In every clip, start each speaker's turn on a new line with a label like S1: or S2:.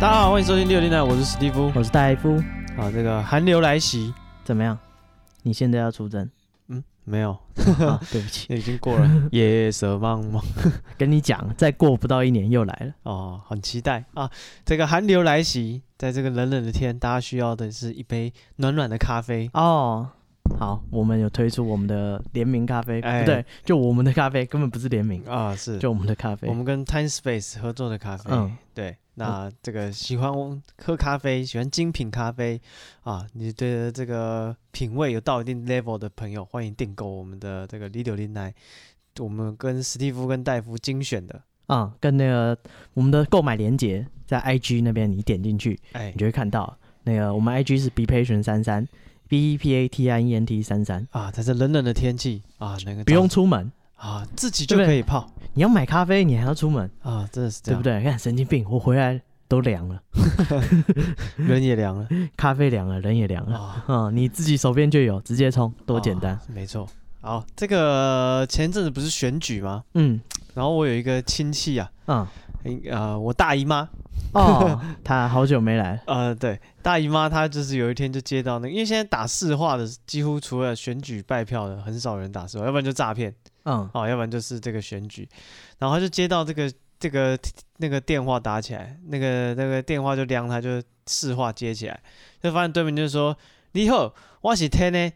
S1: 大家好，欢迎收听六零奶，我是史蒂夫。
S2: 我是戴夫，
S1: 啊，这个寒流来袭，
S2: 怎么样？你现在要 出征
S1: 嗯，没有，
S2: 啊？对不起，
S1: 已经过 了夜色茫茫
S2: 跟你讲，再过不到一年又来了。
S1: 哦，很期待啊。这个寒流来袭，在这个冷冷的天，大家需要的是一杯暖暖的咖啡。
S2: 哦，好，我们有推出我们的联名咖啡，
S1: 哎
S2: 不对，就我们的咖啡根本不是联名，
S1: 啊，是，
S2: 就我们的咖啡
S1: 我。们跟 Time Space 合作的咖啡。
S2: 嗯
S1: 对，那这个喜欢喝咖啡、喜欢精品咖啡啊，你对这个品味有到一定 level 的朋友，欢迎订购我们的这个李柳林奶，我们跟史蒂夫跟戴夫精选的。
S2: 啊、跟那个我们的购买链接在 IG 那边，你点进去，
S1: 哎
S2: 你，就会看到那个我们 IG 是 be patient 三三 b e p a t i e n t 三三，
S1: 啊，在这冷冷的天气啊，能够
S2: 不用出门，
S1: 啊，自己就
S2: 对不
S1: 可
S2: 对
S1: 以泡
S2: 你要买咖啡，你还要出门，
S1: 啊，真的是这
S2: 对
S1: 样，
S2: 不对？看神经病，我回来都凉了，
S1: 对？人也凉了
S2: 咖啡凉了，人也凉了。
S1: 啊，
S2: 嗯，你自己手边就有，直接冲，多简单。
S1: 啊没错。好，这个前阵子不是选举吗？
S2: 嗯
S1: 然后我有一个亲戚啊，
S2: 嗯，
S1: 诶呃，我大姨妈，
S2: 哦，他好久没来，
S1: 呃，对，大姨妈她就是有一天就接到那个，因为现在打市话的几乎除了选举拜票的，很少人打市话，要不然就诈骗
S2: 嗯
S1: 啊，要不然就是这个选举，然后她就接到这个这个那个电话打起来，那个那个电话就亮，她就市话接起来，就发现对面就说你好，我是天呢，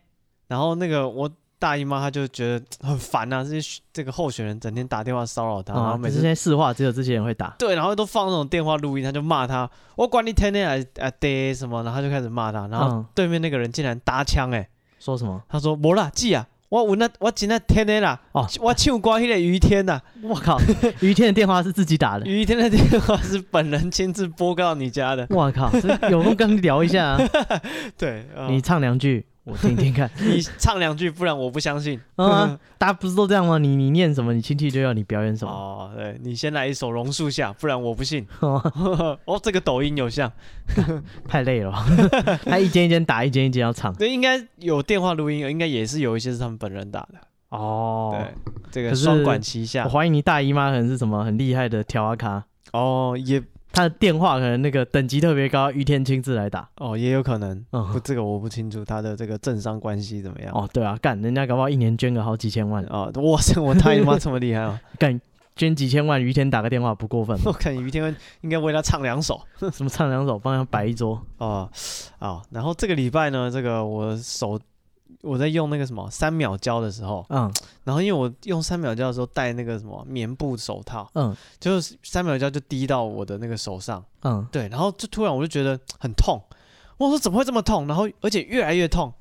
S1: 然后那个我。大姨妈她就觉得很烦呐、啊，这些这个候选人整天打电话骚扰她，然后
S2: 啊，
S1: 每
S2: 可是
S1: 次
S2: 现在市话只有这些人会打，
S1: 对，然后都放那种电话录音，他就骂他，我管你天天啊啊爹什么，然后他就开始骂他，然后
S2: 嗯
S1: 对面那个人竟然搭腔哎、
S2: 说什么？
S1: 他说无啦，记啊，我闻那我今天天天啦，
S2: 哦
S1: 我唱歌迄个于天呐、
S2: 我 靠，于天的电话是自己打 的，
S1: 于天的电话是本人亲自拨告你家 的，
S2: 我靠，这有空跟你聊一下 啊，
S1: 对，呃
S2: 你唱两句我听听看。
S1: 你唱两句，不然我不相信。
S2: 嗯啊，大家不是都这样吗？你你念什么，你亲戚就要你表演什么。
S1: 哦，对你先来一首《榕树下》，不然我不 信。
S2: 哦，
S1: 哦，这个抖音有像，
S2: 太累了 吧，他一间一间打，一间一间要唱。
S1: 对，应该有电话录音，应该也是有一些是他们本人打的。
S2: 哦，
S1: 对，这个
S2: 可是
S1: 双管齐下
S2: 我。怀疑你大姨妈可能是什么很厉害的调啊咖，
S1: 哦，也
S2: 她的电话可能那个等级特别高，于天亲自来打。
S1: 哦，也有可能，
S2: 嗯
S1: 不，，这个我不清楚他的这个政商关系怎么样。哦，
S2: 哦，对啊，干人家搞不好一年捐个好几千万，
S1: 哇塞，我大姨 妈这么厉害啊！
S2: 干捐几千万，于天打个电话 不过分吗？
S1: 我看于天恩应该为他唱两首
S2: 什么唱两首，帮他摆一桌。
S1: 哦，哦，然后这个礼拜呢，这个我手我在用那个什么三秒胶的时候，
S2: 嗯
S1: 然后因为我用三秒胶的时候戴那个什么棉布手套，
S2: 嗯
S1: 就是三秒胶就滴到我的那个手上，
S2: 嗯，
S1: 对，然后就突然我就觉得很痛，我说怎么会这么痛？然后而且越来越痛，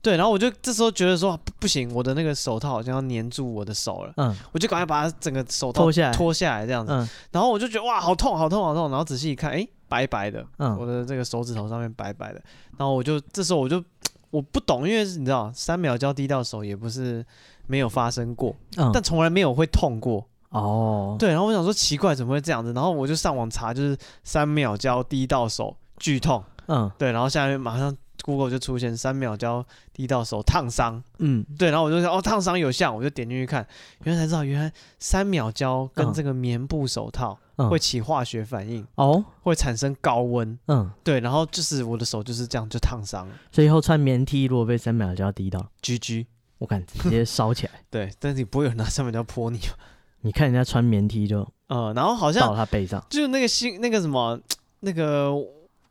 S1: 对，然后我就这时候觉得说不不行，我的那个手套好像要粘住我的手了，
S2: 嗯
S1: 我就赶快把它整个手套
S2: 脱下来
S1: 脱下来这样子，
S2: 嗯
S1: 然后我就觉得哇好痛好痛好痛，然后仔细一看，哎、白白的，我
S2: 嗯，
S1: 的这个手指头上面白白的，然后我就这时候我就我不懂，因为你知道三秒胶滴到手也不是没有发生过，
S2: 嗯
S1: 但从来没有会痛过，
S2: 哦，
S1: 对，然后我想说奇怪怎么会这样子，然后我就上网查，就是三秒胶滴到手剧痛，
S2: 嗯
S1: 对，然后下面马上 Google 就出现三秒胶滴到手烫伤，
S2: 嗯
S1: 对，然后我就想哦烫伤有效，我就点进去看，原来才知道原来三秒胶跟
S2: 嗯
S1: 这个棉布手套
S2: 嗯
S1: 会起化学反应，
S2: 哦
S1: 会产生高温，
S2: 嗯，
S1: 对，然后就是我的手就是这样就烫伤了
S2: 所以以后穿棉 T 如果被三秒就要滴到，
S1: ，GG，
S2: 我敢直接烧起来。
S1: 对，但是你不会有人拿三秒胶泼你吧，
S2: 你看人家穿棉 T 就
S1: 呃，然后好像
S2: 到他背上，
S1: 就是那个新那个什么那个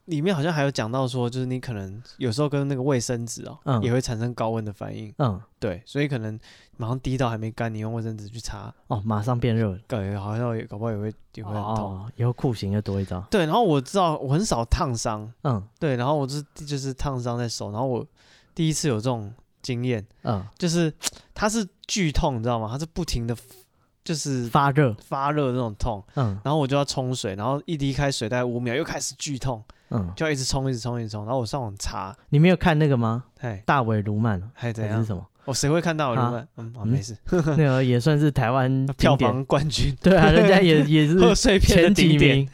S1: 里面好像还有讲到说，就是你可能有时候跟那个卫生纸哦、
S2: 嗯
S1: 也会产生高温的反应，
S2: 嗯，
S1: 对，所以可能马上滴到还没干，你用卫生纸去擦，
S2: 哦，马上变热了，
S1: 感觉好像也搞不好也会也会很痛。
S2: 哦，以后酷刑又多一招，
S1: 对，然后我知道我很少烫伤，
S2: 嗯
S1: 对，然后我就是就是烫伤在手，然后我第一次有这种经验，
S2: 嗯，
S1: 就是它是剧痛，你知道吗？它是不停的，就是
S2: 发热，
S1: 发热的那种痛，
S2: 嗯
S1: 然后我就要冲水，然后一离开水大概五秒又开始剧痛，
S2: 嗯，
S1: 就要一直冲一直冲一直冲，然后我上网查，
S2: 你没有看那个吗？
S1: 哎，
S2: 大尾卢曼啊
S1: 还怎
S2: 还是
S1: 样？
S2: 什么？
S1: 我谁会看到我
S2: 啊
S1: 另外？嗯，好，
S2: 嗯
S1: 没事，
S2: 那个也算是台湾
S1: 票
S2: 经典
S1: 房冠军，
S2: 对啊，人家也也
S1: 贺
S2: 是
S1: 岁片的
S2: 前几
S1: 顶点
S2: 名，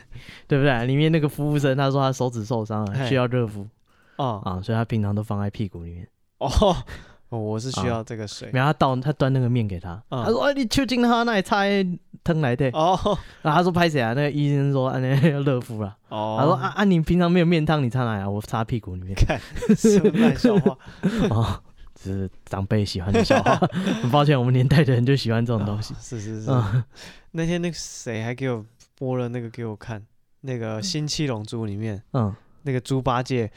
S2: 对不对？里面那个服务生他说他手指受伤了，
S1: 嘿
S2: 需要热敷
S1: 哦
S2: 啊，所以他平常都放在屁股里面。
S1: 哦，我是需
S2: 啊
S1: 要这个水
S2: 然后他倒他端那个面给他，
S1: 嗯
S2: 他说：“哎，你酒精喝那里擦汤来的。”
S1: 哦
S2: 然后他说：“拍谁啊？”那个医生说：“啊，那个要热敷啦。”
S1: 哦，
S2: 他说：“啊啊，你平常没有面汤，你擦哪里啊？我擦屁股 里面。
S1: 看，是不是烂笑话？
S2: 哦，这是长辈喜欢的 笑话。很抱歉，我们年代的人就喜欢 这种东西。
S1: 是 是是，
S2: 嗯
S1: 那天那个谁还给我播了那个给我看，那个《新七龙珠》里面
S2: 嗯，
S1: 那个猪八戒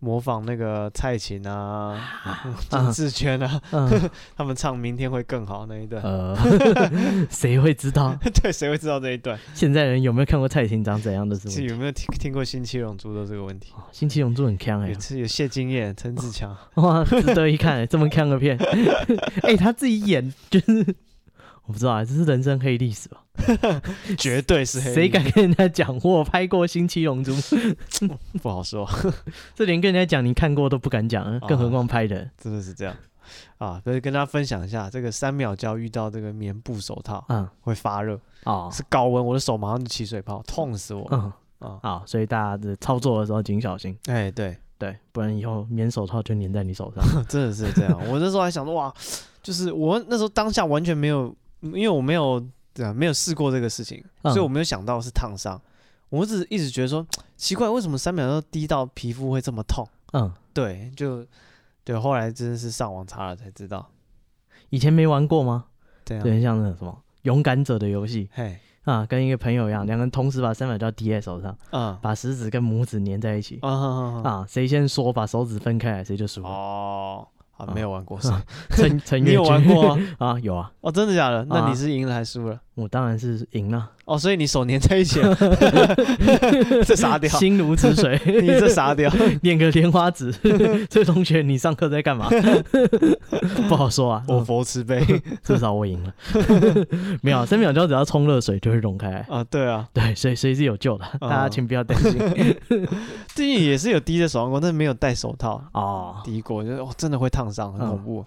S1: 模仿那个蔡琴啊、
S2: 啊
S1: 金志圈啊，
S2: 嗯
S1: 他们唱《明天会更好》那一段。
S2: 呃， 谁会知道
S1: 对，谁会知道这一段？
S2: 现在人有没有看过蔡琴长怎样的是问
S1: 是
S2: 题？
S1: 有没有听听过《新七龙珠》的这个问题？
S2: 哦星期龙珠很强哎、哦
S1: 有次有谢金燕、陈志强，
S2: 哇，值得一看、欸，这么看个片， 哎、他自己演就是，我不知道、啊，这是人生黑历史吧？
S1: 绝对是黑
S2: 谁
S1: 历
S2: 敢跟人家讲我有拍过《星期龙珠》？
S1: 不好说，
S2: 这连跟人家讲你看过都不敢讲啊，更何况拍的人
S1: 真的是这样啊！所以跟大家分享一下，这个三秒胶遇到这个棉布手套
S2: 嗯，
S1: 会发热，
S2: 哦，
S1: 是高温，我的手马上就起水泡，痛死我
S2: 嗯，
S1: 啊！
S2: 好，所以大家的操作的时候请小心，
S1: 哎，对，
S2: 对，不然以后棉手套就粘在你手上。
S1: 真的是这样。我那时候还想说，哇，就是我那时候当下完全没有，因为我没有对啊，没有试过这个事情，
S2: 嗯
S1: 所以我没有想到是烫伤。我只是一直觉得说奇怪，为什么三秒钟滴到皮肤会这么痛？
S2: 嗯，
S1: 对，就对，后来真的是上网查了才知道，
S2: 以前没玩过吗？
S1: 这样
S2: 有，点像那种什么勇敢者的游戏
S1: 嘿，
S2: 啊，跟一个朋友一样，两个人同时把三百胶滴在手上，
S1: 嗯，
S2: 把食指跟拇指粘在一起。
S1: 啊啊啊！
S2: 啊，谁先说把手指分开来，谁就输。
S1: 哦，啊，
S2: 啊
S1: 没有玩过是吧
S2: 陈陈
S1: 你
S2: 月
S1: 有
S2: 君
S1: 玩过
S2: 啊？有啊，
S1: 哦，真的假的？那
S2: 啊
S1: 你是赢了还输了？
S2: 我当然是赢啊了，
S1: 哦，所以你手粘在一起 了， 这傻屌，
S2: 心如止水。
S1: 啊 你这傻屌，
S2: 念个莲 花指，这同学你上课在干嘛？ 不好说啊，
S1: 我
S2: 嗯
S1: 佛慈悲
S2: 至少我赢了。 没有啊三秒胶，只要冲热水就会溶开来。
S1: 啊！对啊，
S2: 对，所以所以是有救的，
S1: 哦
S2: 大家请不要担心。
S1: 最近也是有滴在手上过，但是没有戴手套
S2: 哦，
S1: 滴过，就是哦，真的会烫伤，很
S2: 嗯
S1: 恐怖。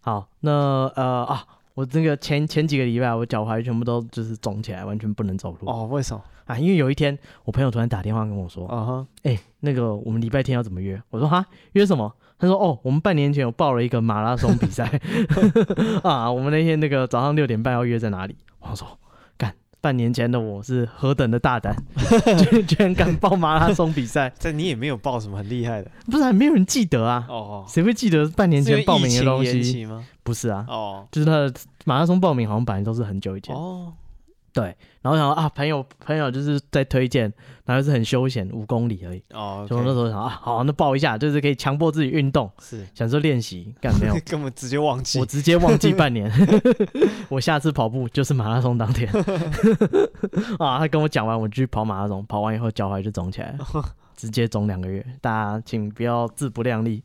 S2: 好，那呃啊，我这个前前几个礼拜我脚踝全部都就是肿起来，完全不能走路
S1: 哦，为什么？
S2: 啊。因为有一天我朋友突然打电话跟我说，
S1: 啊哈，
S2: 哎、那个我们礼拜天要怎么约？我说哈，约什么？他说哦，我们半年前有报了一个马拉松比赛 啊，我们那天那个早上六点半要约在哪里？我说干，半年前的我是何等的大胆， 居居然敢报马拉松比赛，
S1: 但你也没有报什么很厉害的
S2: 不然没有人记得啊，
S1: 哦。
S2: 谁会记得半年
S1: 是因
S2: 前
S1: 为
S2: 报
S1: 疫
S2: 名的
S1: 情
S2: 东
S1: 延
S2: 西？
S1: 期吗？
S2: 不是啊，
S1: 哦
S2: 就是他的马拉松报名好像本来都是很久以前，
S1: 哦，
S2: 然后想说啊，朋友朋友就是在推荐，然后就是很休闲，五公里而已。
S1: 哦
S2: 所以我那时
S1: ，OK，
S2: 候想啊，好，那报一下，就是可以强迫自己运动，
S1: 是 ，
S2: 想说练习，干没有
S1: 根本直接忘记
S2: 我。直接忘记半年。 我下次跑步就是马拉松当天 啊！他跟我讲完，我去跑马拉松，跑完以后脚踝就肿起来了， 直接肿两个月。大家请不要自不量力，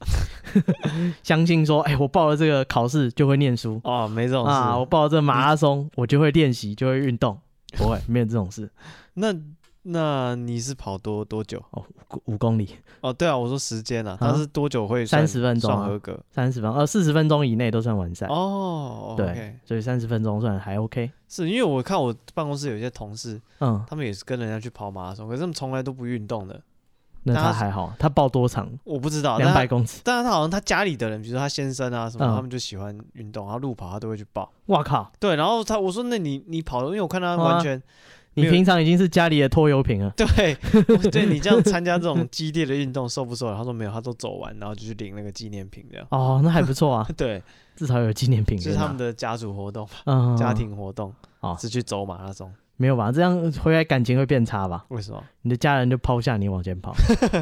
S2: 相信说，哎、我报了这个考试就会念书
S1: 哦，没这种
S2: 啊，我
S1: 事。
S2: 报了这个马拉松我就会练习，就会运动，不会没有这种事。
S1: 那那你是跑多多久？
S2: 五五公里
S1: 哦，对啊，我说时间啊，但是多久会算
S2: 30分钟啊
S1: 算合格？
S2: 三十分呃四十分钟以内都算完赛，
S1: 哦，
S2: 对
S1: OK
S2: 所以三十分钟算还 OK。
S1: 是因为我看我办公室有一些同事，
S2: 嗯，
S1: 他们也是跟人家去跑马拉松，可是他们从来都不运动的，
S2: 那
S1: 大家
S2: 他还好，他报多长？
S1: 我不知道。
S2: 两
S1: 但
S2: 百
S1: 他
S2: 公尺。
S1: 但是他好像他家里的人，比如说他先生啊什么，
S2: 嗯
S1: 他们就喜欢运动，然后路跑他都会去报。
S2: 哇靠！
S1: 对，然后他我说那你你跑，因为我看他
S2: 哇
S1: 完 全、
S2: 你平常已经是家里的拖油瓶了。
S1: 对，我对你这样参加这种激烈的运动受不受？他说没有，他都走完，然后就去领那个纪念品这样。
S2: 哦，那还不 错啊，
S1: 对，
S2: 至少有纪念品。
S1: 就是他们的家族活动、
S2: 嗯
S1: 家庭活动，
S2: 哦
S1: 是去走马拉松。
S2: 没有吧？这样回来感情会变差吧？
S1: 为什么？
S2: 你的家人就抛下你往前跑，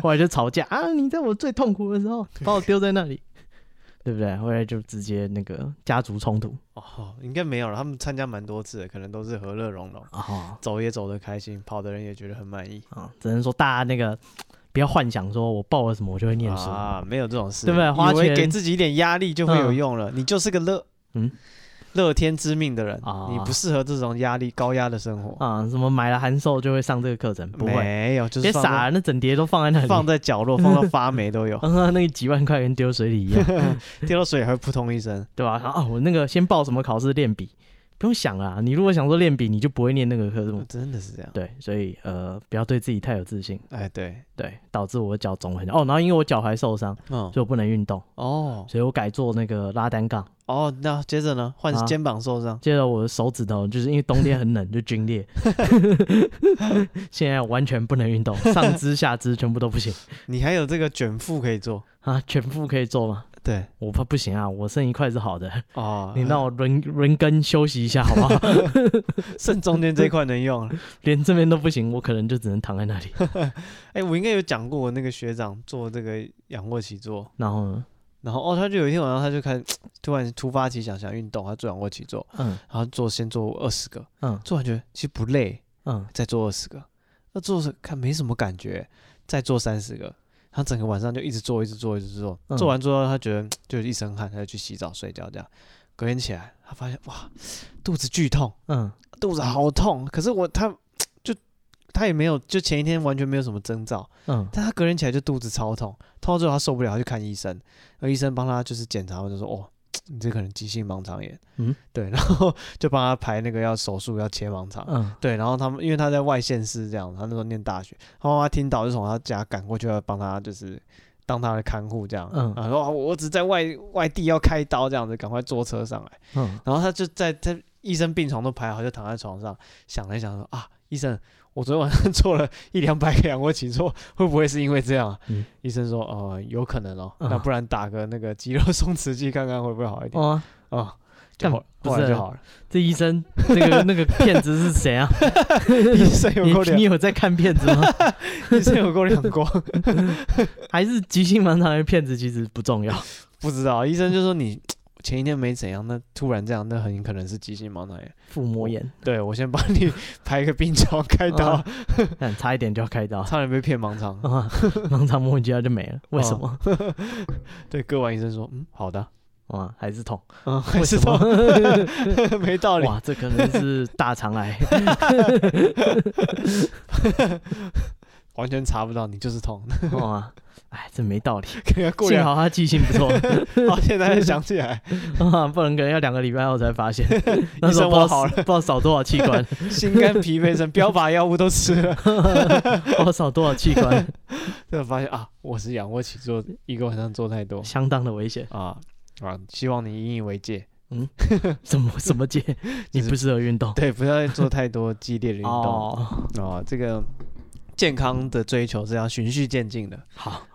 S2: 后来就吵架啊！你在我最痛苦的时候把我丢在那里， 对不对？后来就直接那个家族冲突
S1: 哦，应该没有了，他们参加蛮多次的，可能都是和乐融融，
S2: 哦
S1: 走也走得开心，跑的人也觉得很满意。
S2: 啊，只能说大家那个不要幻想说我报了什么我就会念书，
S1: 啊，没有这种事，
S2: 对不对花
S1: 以为
S2: 钱
S1: 给自己一点压力就会有用了，你就是个乐，
S2: 嗯，
S1: 乐天知命的人，
S2: 啊
S1: 你不适合这种压力高压的生活。
S2: 啊，什么买了函授就会上这个课程，不会，
S1: 没有，就是
S2: 别
S1: 放
S2: 傻
S1: 在
S2: 了，那整叠都放在那里，
S1: 放在角落，放到发霉都有，
S2: 嗯，那个几万块跟丢水里一样，
S1: 丢到水也会扑通一声。
S2: 对吧、然后啊，我那个先报什么考试练笔，不用想啦，你如果想说练笔，你就不会念那个科目。
S1: 真的是这样，
S2: 对，所以呃，不要对自己太有自信，
S1: 哎，对，
S2: 对，导致我脚肿很哦，然后因为我脚踝受伤，
S1: 嗯
S2: 所，以我不能运动，
S1: 哦，
S2: 所以我改做那个拉单杠。
S1: 哦，那接着呢，换
S2: 啊
S1: 肩膀受伤，
S2: 接着我的手指头就是因为冬天很冷就皲裂， 现在完全不能运动，上肢下肢全部都不行
S1: 你还有这个卷腹可以做，
S2: 啊，全部可以做吗？
S1: 对，
S2: 我怕不行啊，我剩一块是好的，
S1: 哦，
S2: 你 让我轮轮更休息一下好不好？
S1: 肾中间这一块能用 了。
S2: 连这边都不行，我可能就只能躺在 那里。
S1: 哎，我应该有讲过，我那个学长做这个仰卧起坐，
S2: 然后呢，
S1: 然后哦，他就有一天晚上，他就开始突然突发奇想，想运动，他做仰卧起坐，
S2: 嗯
S1: 然后做先做二十个，
S2: 嗯
S1: 做完觉得其实不累，
S2: 嗯，
S1: 再做二十个，那做着看没什么感觉，再做三十个，他整个晚上就一直做，一直做，一直做，
S2: 嗯
S1: 做完之后他觉得就一身汗，他就去洗澡睡觉这样。隔天起来，他发现哇，肚子剧痛，
S2: 嗯
S1: 肚子好痛，可是我他就他也没有，就前一天完全没有什么征兆，
S2: 嗯
S1: 但他隔天起来就肚子超痛，痛到最后他受不了，他去看医生，而医生帮他就是检查，就说哦，你这可能急性盲肠炎，
S2: 嗯，
S1: 对，然后就帮他排那个要手术要切盲肠，
S2: 嗯，
S1: 对，然后他们因为他在外县市这样，他那时候念大学，他妈妈听到就从他家赶过去要帮他就是。当他的看护这样，
S2: 嗯
S1: 然后说啊我儿子在外外地要开刀这样子，赶快坐车上来。
S2: 嗯
S1: 然后他就在他医生病床都排好，就躺在床上想了一想说啊，医生，我昨天晚 上做了一两百个仰卧起坐，会不会是因为这样啊？
S2: 嗯
S1: 医生说呃，有可能哦，
S2: 啊
S1: 那不然打个那个肌肉松弛剂看看会不会好一点
S2: 哦啊，
S1: 啊？就
S2: 干
S1: 后
S2: 不
S1: 后来
S2: 是
S1: 就好了。
S2: 这医生那 个那个骗子是谁啊？
S1: 医生 有够
S2: 你你
S1: 两，
S2: 有在看 骗子吗？
S1: 医生有够两光，
S2: 还是急性盲肠炎骗子其实不重 要？
S1: 不知道。医生就说你前一天没怎样，那突然这样，那很可能是急性盲肠炎。
S2: 腹膜炎，
S1: 对我先帮你排个病床开刀
S2: 啊，但差一点就要开刀。
S1: 差点哦被骗盲肠。
S2: 啊，盲肠莫名其妙就没了，为什么？
S1: 对，割完医生说嗯，好的。
S2: 哇，还是痛，
S1: 嗯，还
S2: 为
S1: 是
S2: 什
S1: 痛，
S2: 么？
S1: 没道理。
S2: 哇，这可能是大 肠癌。
S1: 完全查不到，你就是痛。
S2: 哇，哎，这没道理。
S1: 可能过
S2: 幸
S1: 两，
S2: 好他记性不错，
S1: 好，现在才想起 来，
S2: 啊， 不然可能要两个礼拜后才 发现。那时
S1: 医生
S2: 候不知
S1: 我
S2: 道
S1: 好了
S2: 不知道少多少器官，
S1: 心肝脾肺肾标靶药物都吃 了，
S2: 我少多少器官，
S1: 就发现啊，我是仰卧起坐，一个晚上做太 多
S2: 相当的危险。
S1: 啊啊！希望你引以为戒，
S2: 什么什么界？你
S1: 是
S2: 不适合运动。
S1: 对，不要再做太多激烈的运动
S2: 哦，
S1: 啊。这个健康的追求是要循序渐进的。
S2: 好，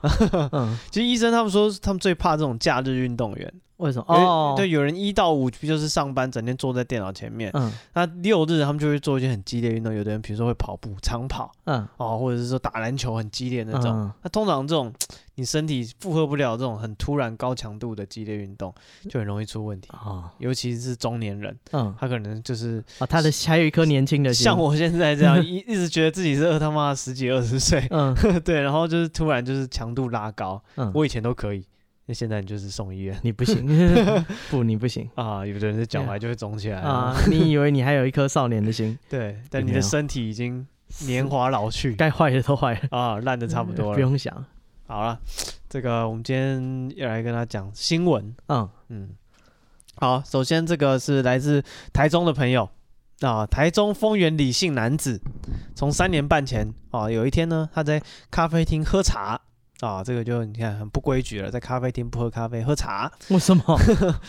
S2: 嗯，
S1: 其实医生他们说，他们最怕这种假日运动员。
S2: 为什么？
S1: 因为
S2: 哦，
S1: 对，，有人一到五就是上班，整天坐在电脑前面。
S2: 嗯
S1: 那六日他们就会做一些很激烈的运动，有的人比如说会跑步、长跑
S2: 嗯，
S1: 哦，或者是说打篮球很激烈那种。
S2: 嗯
S1: 那通常这种你身体负荷不了这种很突然高强度的激烈运动，就很容易出问题。
S2: 哦，
S1: 尤其是中年人，
S2: 嗯，
S1: 他可能就是
S2: 啊，他的还有一颗年轻的心，
S1: 像，我现在这 样，一一直觉得自己是二他妈十几二十岁，
S2: 嗯
S1: 对，然后就是突然就是强度拉高。
S2: 嗯，
S1: 我以前都可以，那现在你就是送医院
S2: 你不行，不，你不行
S1: 啊，有的人的脚踝就会肿起来
S2: 啊
S1: 啊，！
S2: 你以为你还有一颗少年的心？
S1: 对，但
S2: 有
S1: 你
S2: 没
S1: 的
S2: 有
S1: 身体已经 年华老去
S2: 该坏的都坏了，
S1: 啊，烂的 差不 多
S2: 不
S1: 了。
S2: 用想，
S1: 好了，这个我们今天要来跟他讲新闻。
S2: 嗯，
S1: 嗯，好，首先这个是来自台中的朋友啊，台中丰原李姓男子，从三年半前啊，有一天呢，他在咖啡厅喝茶啊，这个就你看很不规矩了，在咖啡厅不喝咖啡，喝茶
S2: 为 什么？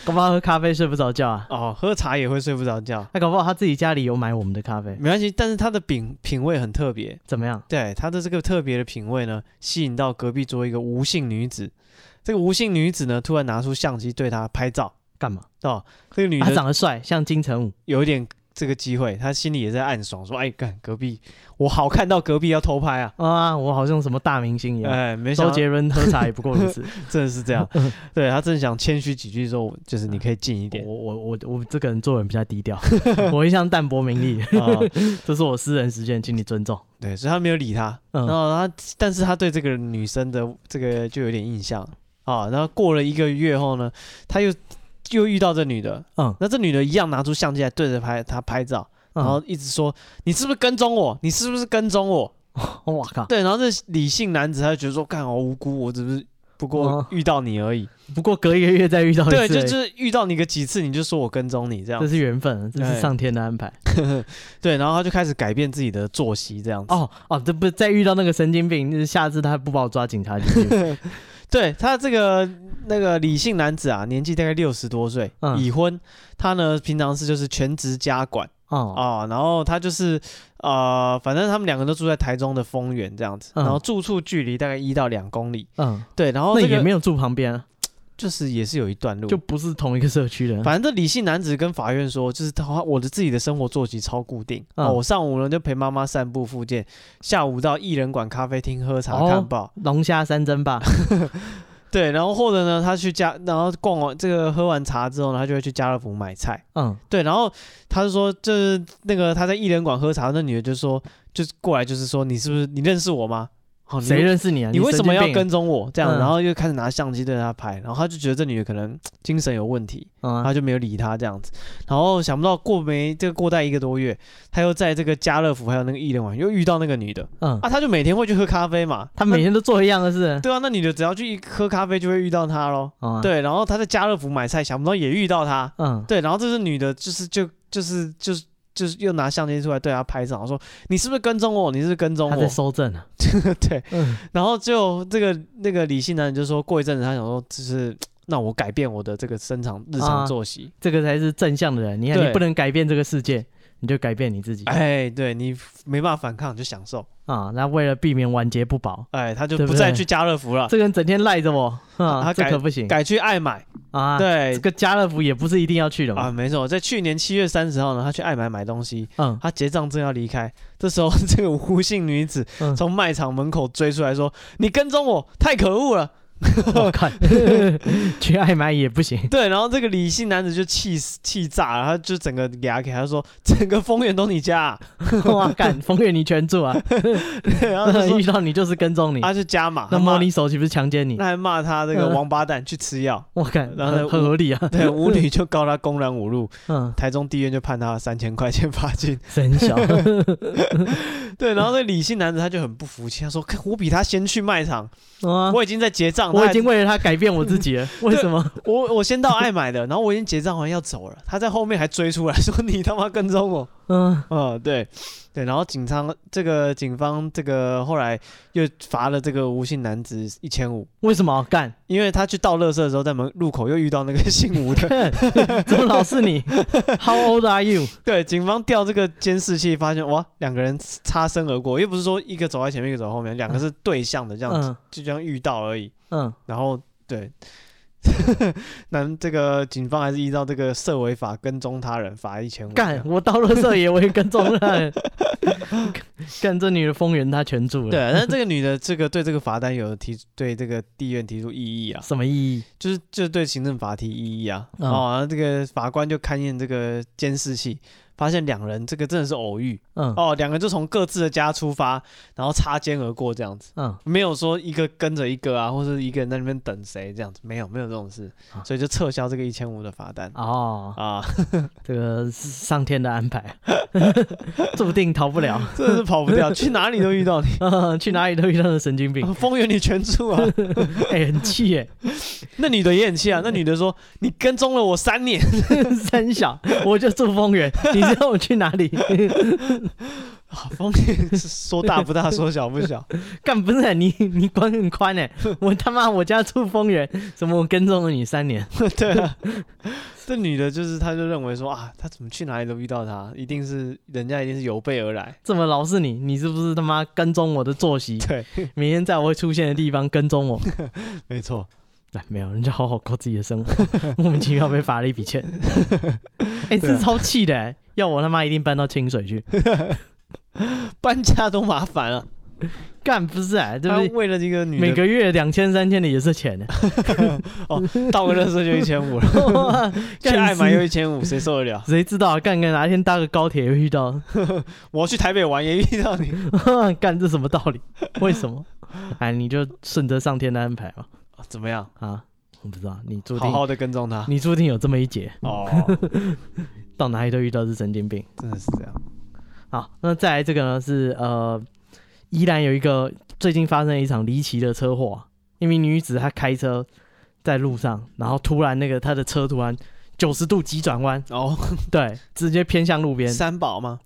S2: 干嘛喝咖啡睡不着觉啊？
S1: 哦、喝茶也会睡不着觉，
S2: 那搞不好他自己家里有买我们的咖啡，
S1: 没关系，但是他的品品味很特别，
S2: 怎么样？
S1: 对他的这个特别的品味呢，吸引到隔壁桌一个吴姓女子，这个吴姓女子呢，突然拿出相机对他拍照。
S2: 干嘛？啊
S1: 哦，这个女
S2: 他
S1: 的
S2: 长得帅，像金城武，
S1: 有一点这个机会，他心里也在暗爽，说：“哎，干隔壁，我好看到隔壁要偷拍啊！
S2: 啊，我好像什么大明星一样。
S1: 哎，没想
S2: 周
S1: 到
S2: 杰伦喝茶也不过如此。
S1: 真的是 这样。对他正想谦虚几句之后，就是你可以近一点
S2: 我我我我这个人做人比较低调， 我一向淡泊名利，
S1: 啊、
S2: 这是我私人时间，请你尊重。
S1: 对，所以他没有理他。
S2: 嗯
S1: 然后他，但是他对这个女生的这个就有点印象啊。然后过了一个月后呢，他又又遇到这女的，
S2: 嗯，
S1: 那这女的一样拿出相机来对着拍他拍照，
S2: 嗯
S1: 然后一直说：“你是不是跟踪我？你是不是跟踪我？”
S2: 我嗯靠，
S1: 对，然后这理性男子他就觉得说，干好无辜，我只是不过
S2: 哦哎
S1: 遇到你 而已。
S2: 不过隔一个月再遇到一次而
S1: 对，
S2: 已，
S1: 就就是遇到你个几次，你就说我跟踪你这样
S2: 这。是缘分，这是上天的安排。
S1: 对，然后他就开始改变自己的作息这样子。
S2: 哦哦，这不再遇到那个神经病，就是下次他不把我抓警察局去。
S1: 对他这个那个理性男子啊，年纪大概六十多岁，
S2: 嗯
S1: 已婚。他呢，平常是就是全职家管
S2: 哦，
S1: 啊、然后他就是呃，反正他们两个都住在台中的丰原这样子，
S2: 嗯
S1: 然后住处距离大概一到两公里。
S2: 嗯，
S1: 对，然后哦
S2: 那
S1: 这
S2: 也
S1: 个
S2: 没有住旁边啊，
S1: 就是也是有一段路，
S2: 就不是同一个社区的。
S1: 反正这理性男子跟法院说，就是他我的自己的生活作息超固定、
S2: 嗯
S1: 哦，我上午呢就陪妈妈散步附近，下午到艺人馆咖啡厅喝茶
S2: 哦
S1: 看报，
S2: 龙虾山珍吧，
S1: 对，然后或者呢他去家，然后逛完这个喝完茶之后呢，他就会去家乐福买菜，
S2: 嗯，
S1: 对，然后他就说就是那个他在艺人馆喝茶，那女的就说就是过来就是说你是不是你认识我吗？哦，你
S2: 谁认识你啊？
S1: 你为什么要
S2: 神经病
S1: 跟踪我这样？
S2: 嗯
S1: 然后又开始拿相机对着他拍，然后他就觉得这女的可能精神有问题，
S2: 嗯啊
S1: 他就没有理他这样子。然后想不到过没这个过待一个多月，他又在这个家乐福还有那个艺人网又遇到那个女的
S2: 嗯？
S1: 啊，他就每天会去喝咖啡嘛。
S2: 他每天都做一样的事
S1: 那。对啊，那女的只要去一喝咖啡就会遇到他咯。
S2: 哦啊，
S1: 对，然后他在家乐福买菜，想不到也遇到他。
S2: 嗯，
S1: 对，然后这是女的、就是，就就是就是就是又拿相机出来对他拍照，然后说你是不是跟踪我？你是不是跟踪
S2: 他在
S1: 我？
S2: 收证啊。
S1: 对，
S2: 嗯
S1: 然后就这个那个理性男人就说，过一阵子他想说，就是那我改变我的这个生长日常
S2: 啊
S1: 作息，
S2: 这个才是正向的人。你看，
S1: 对
S2: 你不能改变这个世界，你就改变你自己
S1: 哎，对你没办法反抗，你就享受。
S2: 啊。那为了避免晚节不保，
S1: 哎，他就
S2: 对
S1: 不
S2: 不
S1: 再
S2: 对
S1: 去家乐福了，
S2: 这个人整天赖着我，
S1: 他
S2: 啊，这
S1: 改
S2: 可不行
S1: 改去爱买。
S2: 啊。，
S1: 对
S2: 这个家乐福也不是一定要去的
S1: 啊，
S2: 嘛。
S1: 没错，在去年七月三十号呢，他去爱买买东西，
S2: 嗯，
S1: 他结账正要离开，这时候 这个吴姓女子
S2: 嗯
S1: 从卖场门口追出来说：“你跟踪我，太可恶了
S2: 我看去爱买也不！” 行。
S1: 对，然后这个理性男子就气死气炸了，他就整个牙给他说：“整个丰原都你家、啊。
S2: 哇，干风月你全住啊，”
S1: 然后 他 说
S2: 遇到你就是跟踪你，
S1: 他就加码，
S2: 那
S1: 他骂
S2: 摸你手岂不是强奸你
S1: 那？还骂他这个
S2: 嗯
S1: 王八蛋去吃 药。
S2: 我看
S1: 然后
S2: 很
S1: 呢
S2: 很合 理啊。
S1: 对，舞女就告他公然侮辱，
S2: 嗯，
S1: 台中地院就判他三千块钱罚 金。
S2: 真 小。
S1: 对，然后那理性男子他就很不服气，他说：“看我比他先去卖场，
S2: 啊，
S1: 我已经在结账，
S2: 我
S1: 他
S2: 已经为了他改变我自己了，
S1: 嗯
S2: 为什么？
S1: 我我先到爱买的，然 后我已经结账完要走了，他在后面还追出来说你他妈跟踪我。”
S2: 嗯，
S1: 嗯，对对，然后警方这个警方这个后来又罚了这个吴姓男子一千五。
S2: 为什么干？
S1: 因为他去倒垃圾的时候，在门路口又遇到那个姓吴的，
S2: 怎么老是你 ？How old are you？
S1: 对，警方调这个监视器，发现哇，两个人擦身而过，又不是说一个走在前面，一个走在后面，两个是对向的，这样子、
S2: 嗯
S1: 就这样遇到而已。
S2: 嗯，
S1: 然后对， 那这个警方还是依照这个涉违法跟踪他人罚一千五。
S2: 干，我到了这也我也跟踪了。 干这女的风源她全住了，
S1: 对，，啊但这个女的这个对这个罚单有提对这个地院提出异议啊，
S2: 什么意义？
S1: 就是就是对行政法提异议啊。
S2: 嗯
S1: 哦，然后这个法官就勘验这个监视器，发现两人这个真的是偶遇
S2: 嗯
S1: 哦，两个就从各自的家出发，然后擦肩而过这样子。
S2: 嗯，
S1: 没有说一个跟着一个啊，或是一个人在那边等谁这样子，没有没有这种事，
S2: 啊
S1: 所以就撤销这个一千五的罚单
S2: 哦，
S1: 啊，
S2: 这个是上天的安排， 注定逃不了，
S1: 真的是跑不掉，去哪里都遇到你，
S2: 去哪里都遇到了神经病
S1: 啊，丰原你全住 啊。
S2: 哎、很气耶，
S1: 那女的也很气啊，那女的说你跟踪了我三年，
S2: 三小，我就住丰原，你让我去哪里？
S1: 啊丰原是说大不大，说小不小，
S2: 干不是你， 你管很宽哎，我他妈我家住丰原，怎么我跟踪了你三年？
S1: 对啊。这女的就是，她就认为说啊，她怎么去哪里都遇到她，一定是人家一定是有备而来，
S2: 这么老是你，你是不是他妈跟踪我的作息？
S1: 对，
S2: 每天在我会出现的地方跟踪我，
S1: 没错，
S2: 哎，没有，人家好好过自己的生活，莫名其妙被罚了一 笔钱。哎、
S1: 啊
S2: 这超气的、欸，要我他妈一定搬到清水去。
S1: 搬家都麻烦了，
S2: 干不是啊，对
S1: 他
S2: 不对？
S1: 为了一个女的，
S2: 每个月两千三千的也是钱欸的、
S1: 倒个热水就一千五 了， 去
S2: 干
S1: 爱买
S2: 是
S1: 又一千五，谁受得了？
S2: 谁知道啊干干哪一天搭个高铁又遇到，
S1: 我去台北玩也遇到你，
S2: 干这什么道理？为什么？哎，你就顺着上天的安排嘛。
S1: 啊怎么样？
S2: 啊，我不知道，你注定
S1: 好好的跟踪他
S2: 你注定有这么一劫，
S1: 哦，
S2: 到哪里都遇到是神经病。
S1: 真的是这样。
S2: 好，那再来这个呢是呃，宜兰有一个最近发生了一场离奇的车祸啊，一名女子她开车在路上，然后突然那个她的车突然九十度急转弯，
S1: 哦，
S2: 对，直接偏向路边，
S1: 三宝吗？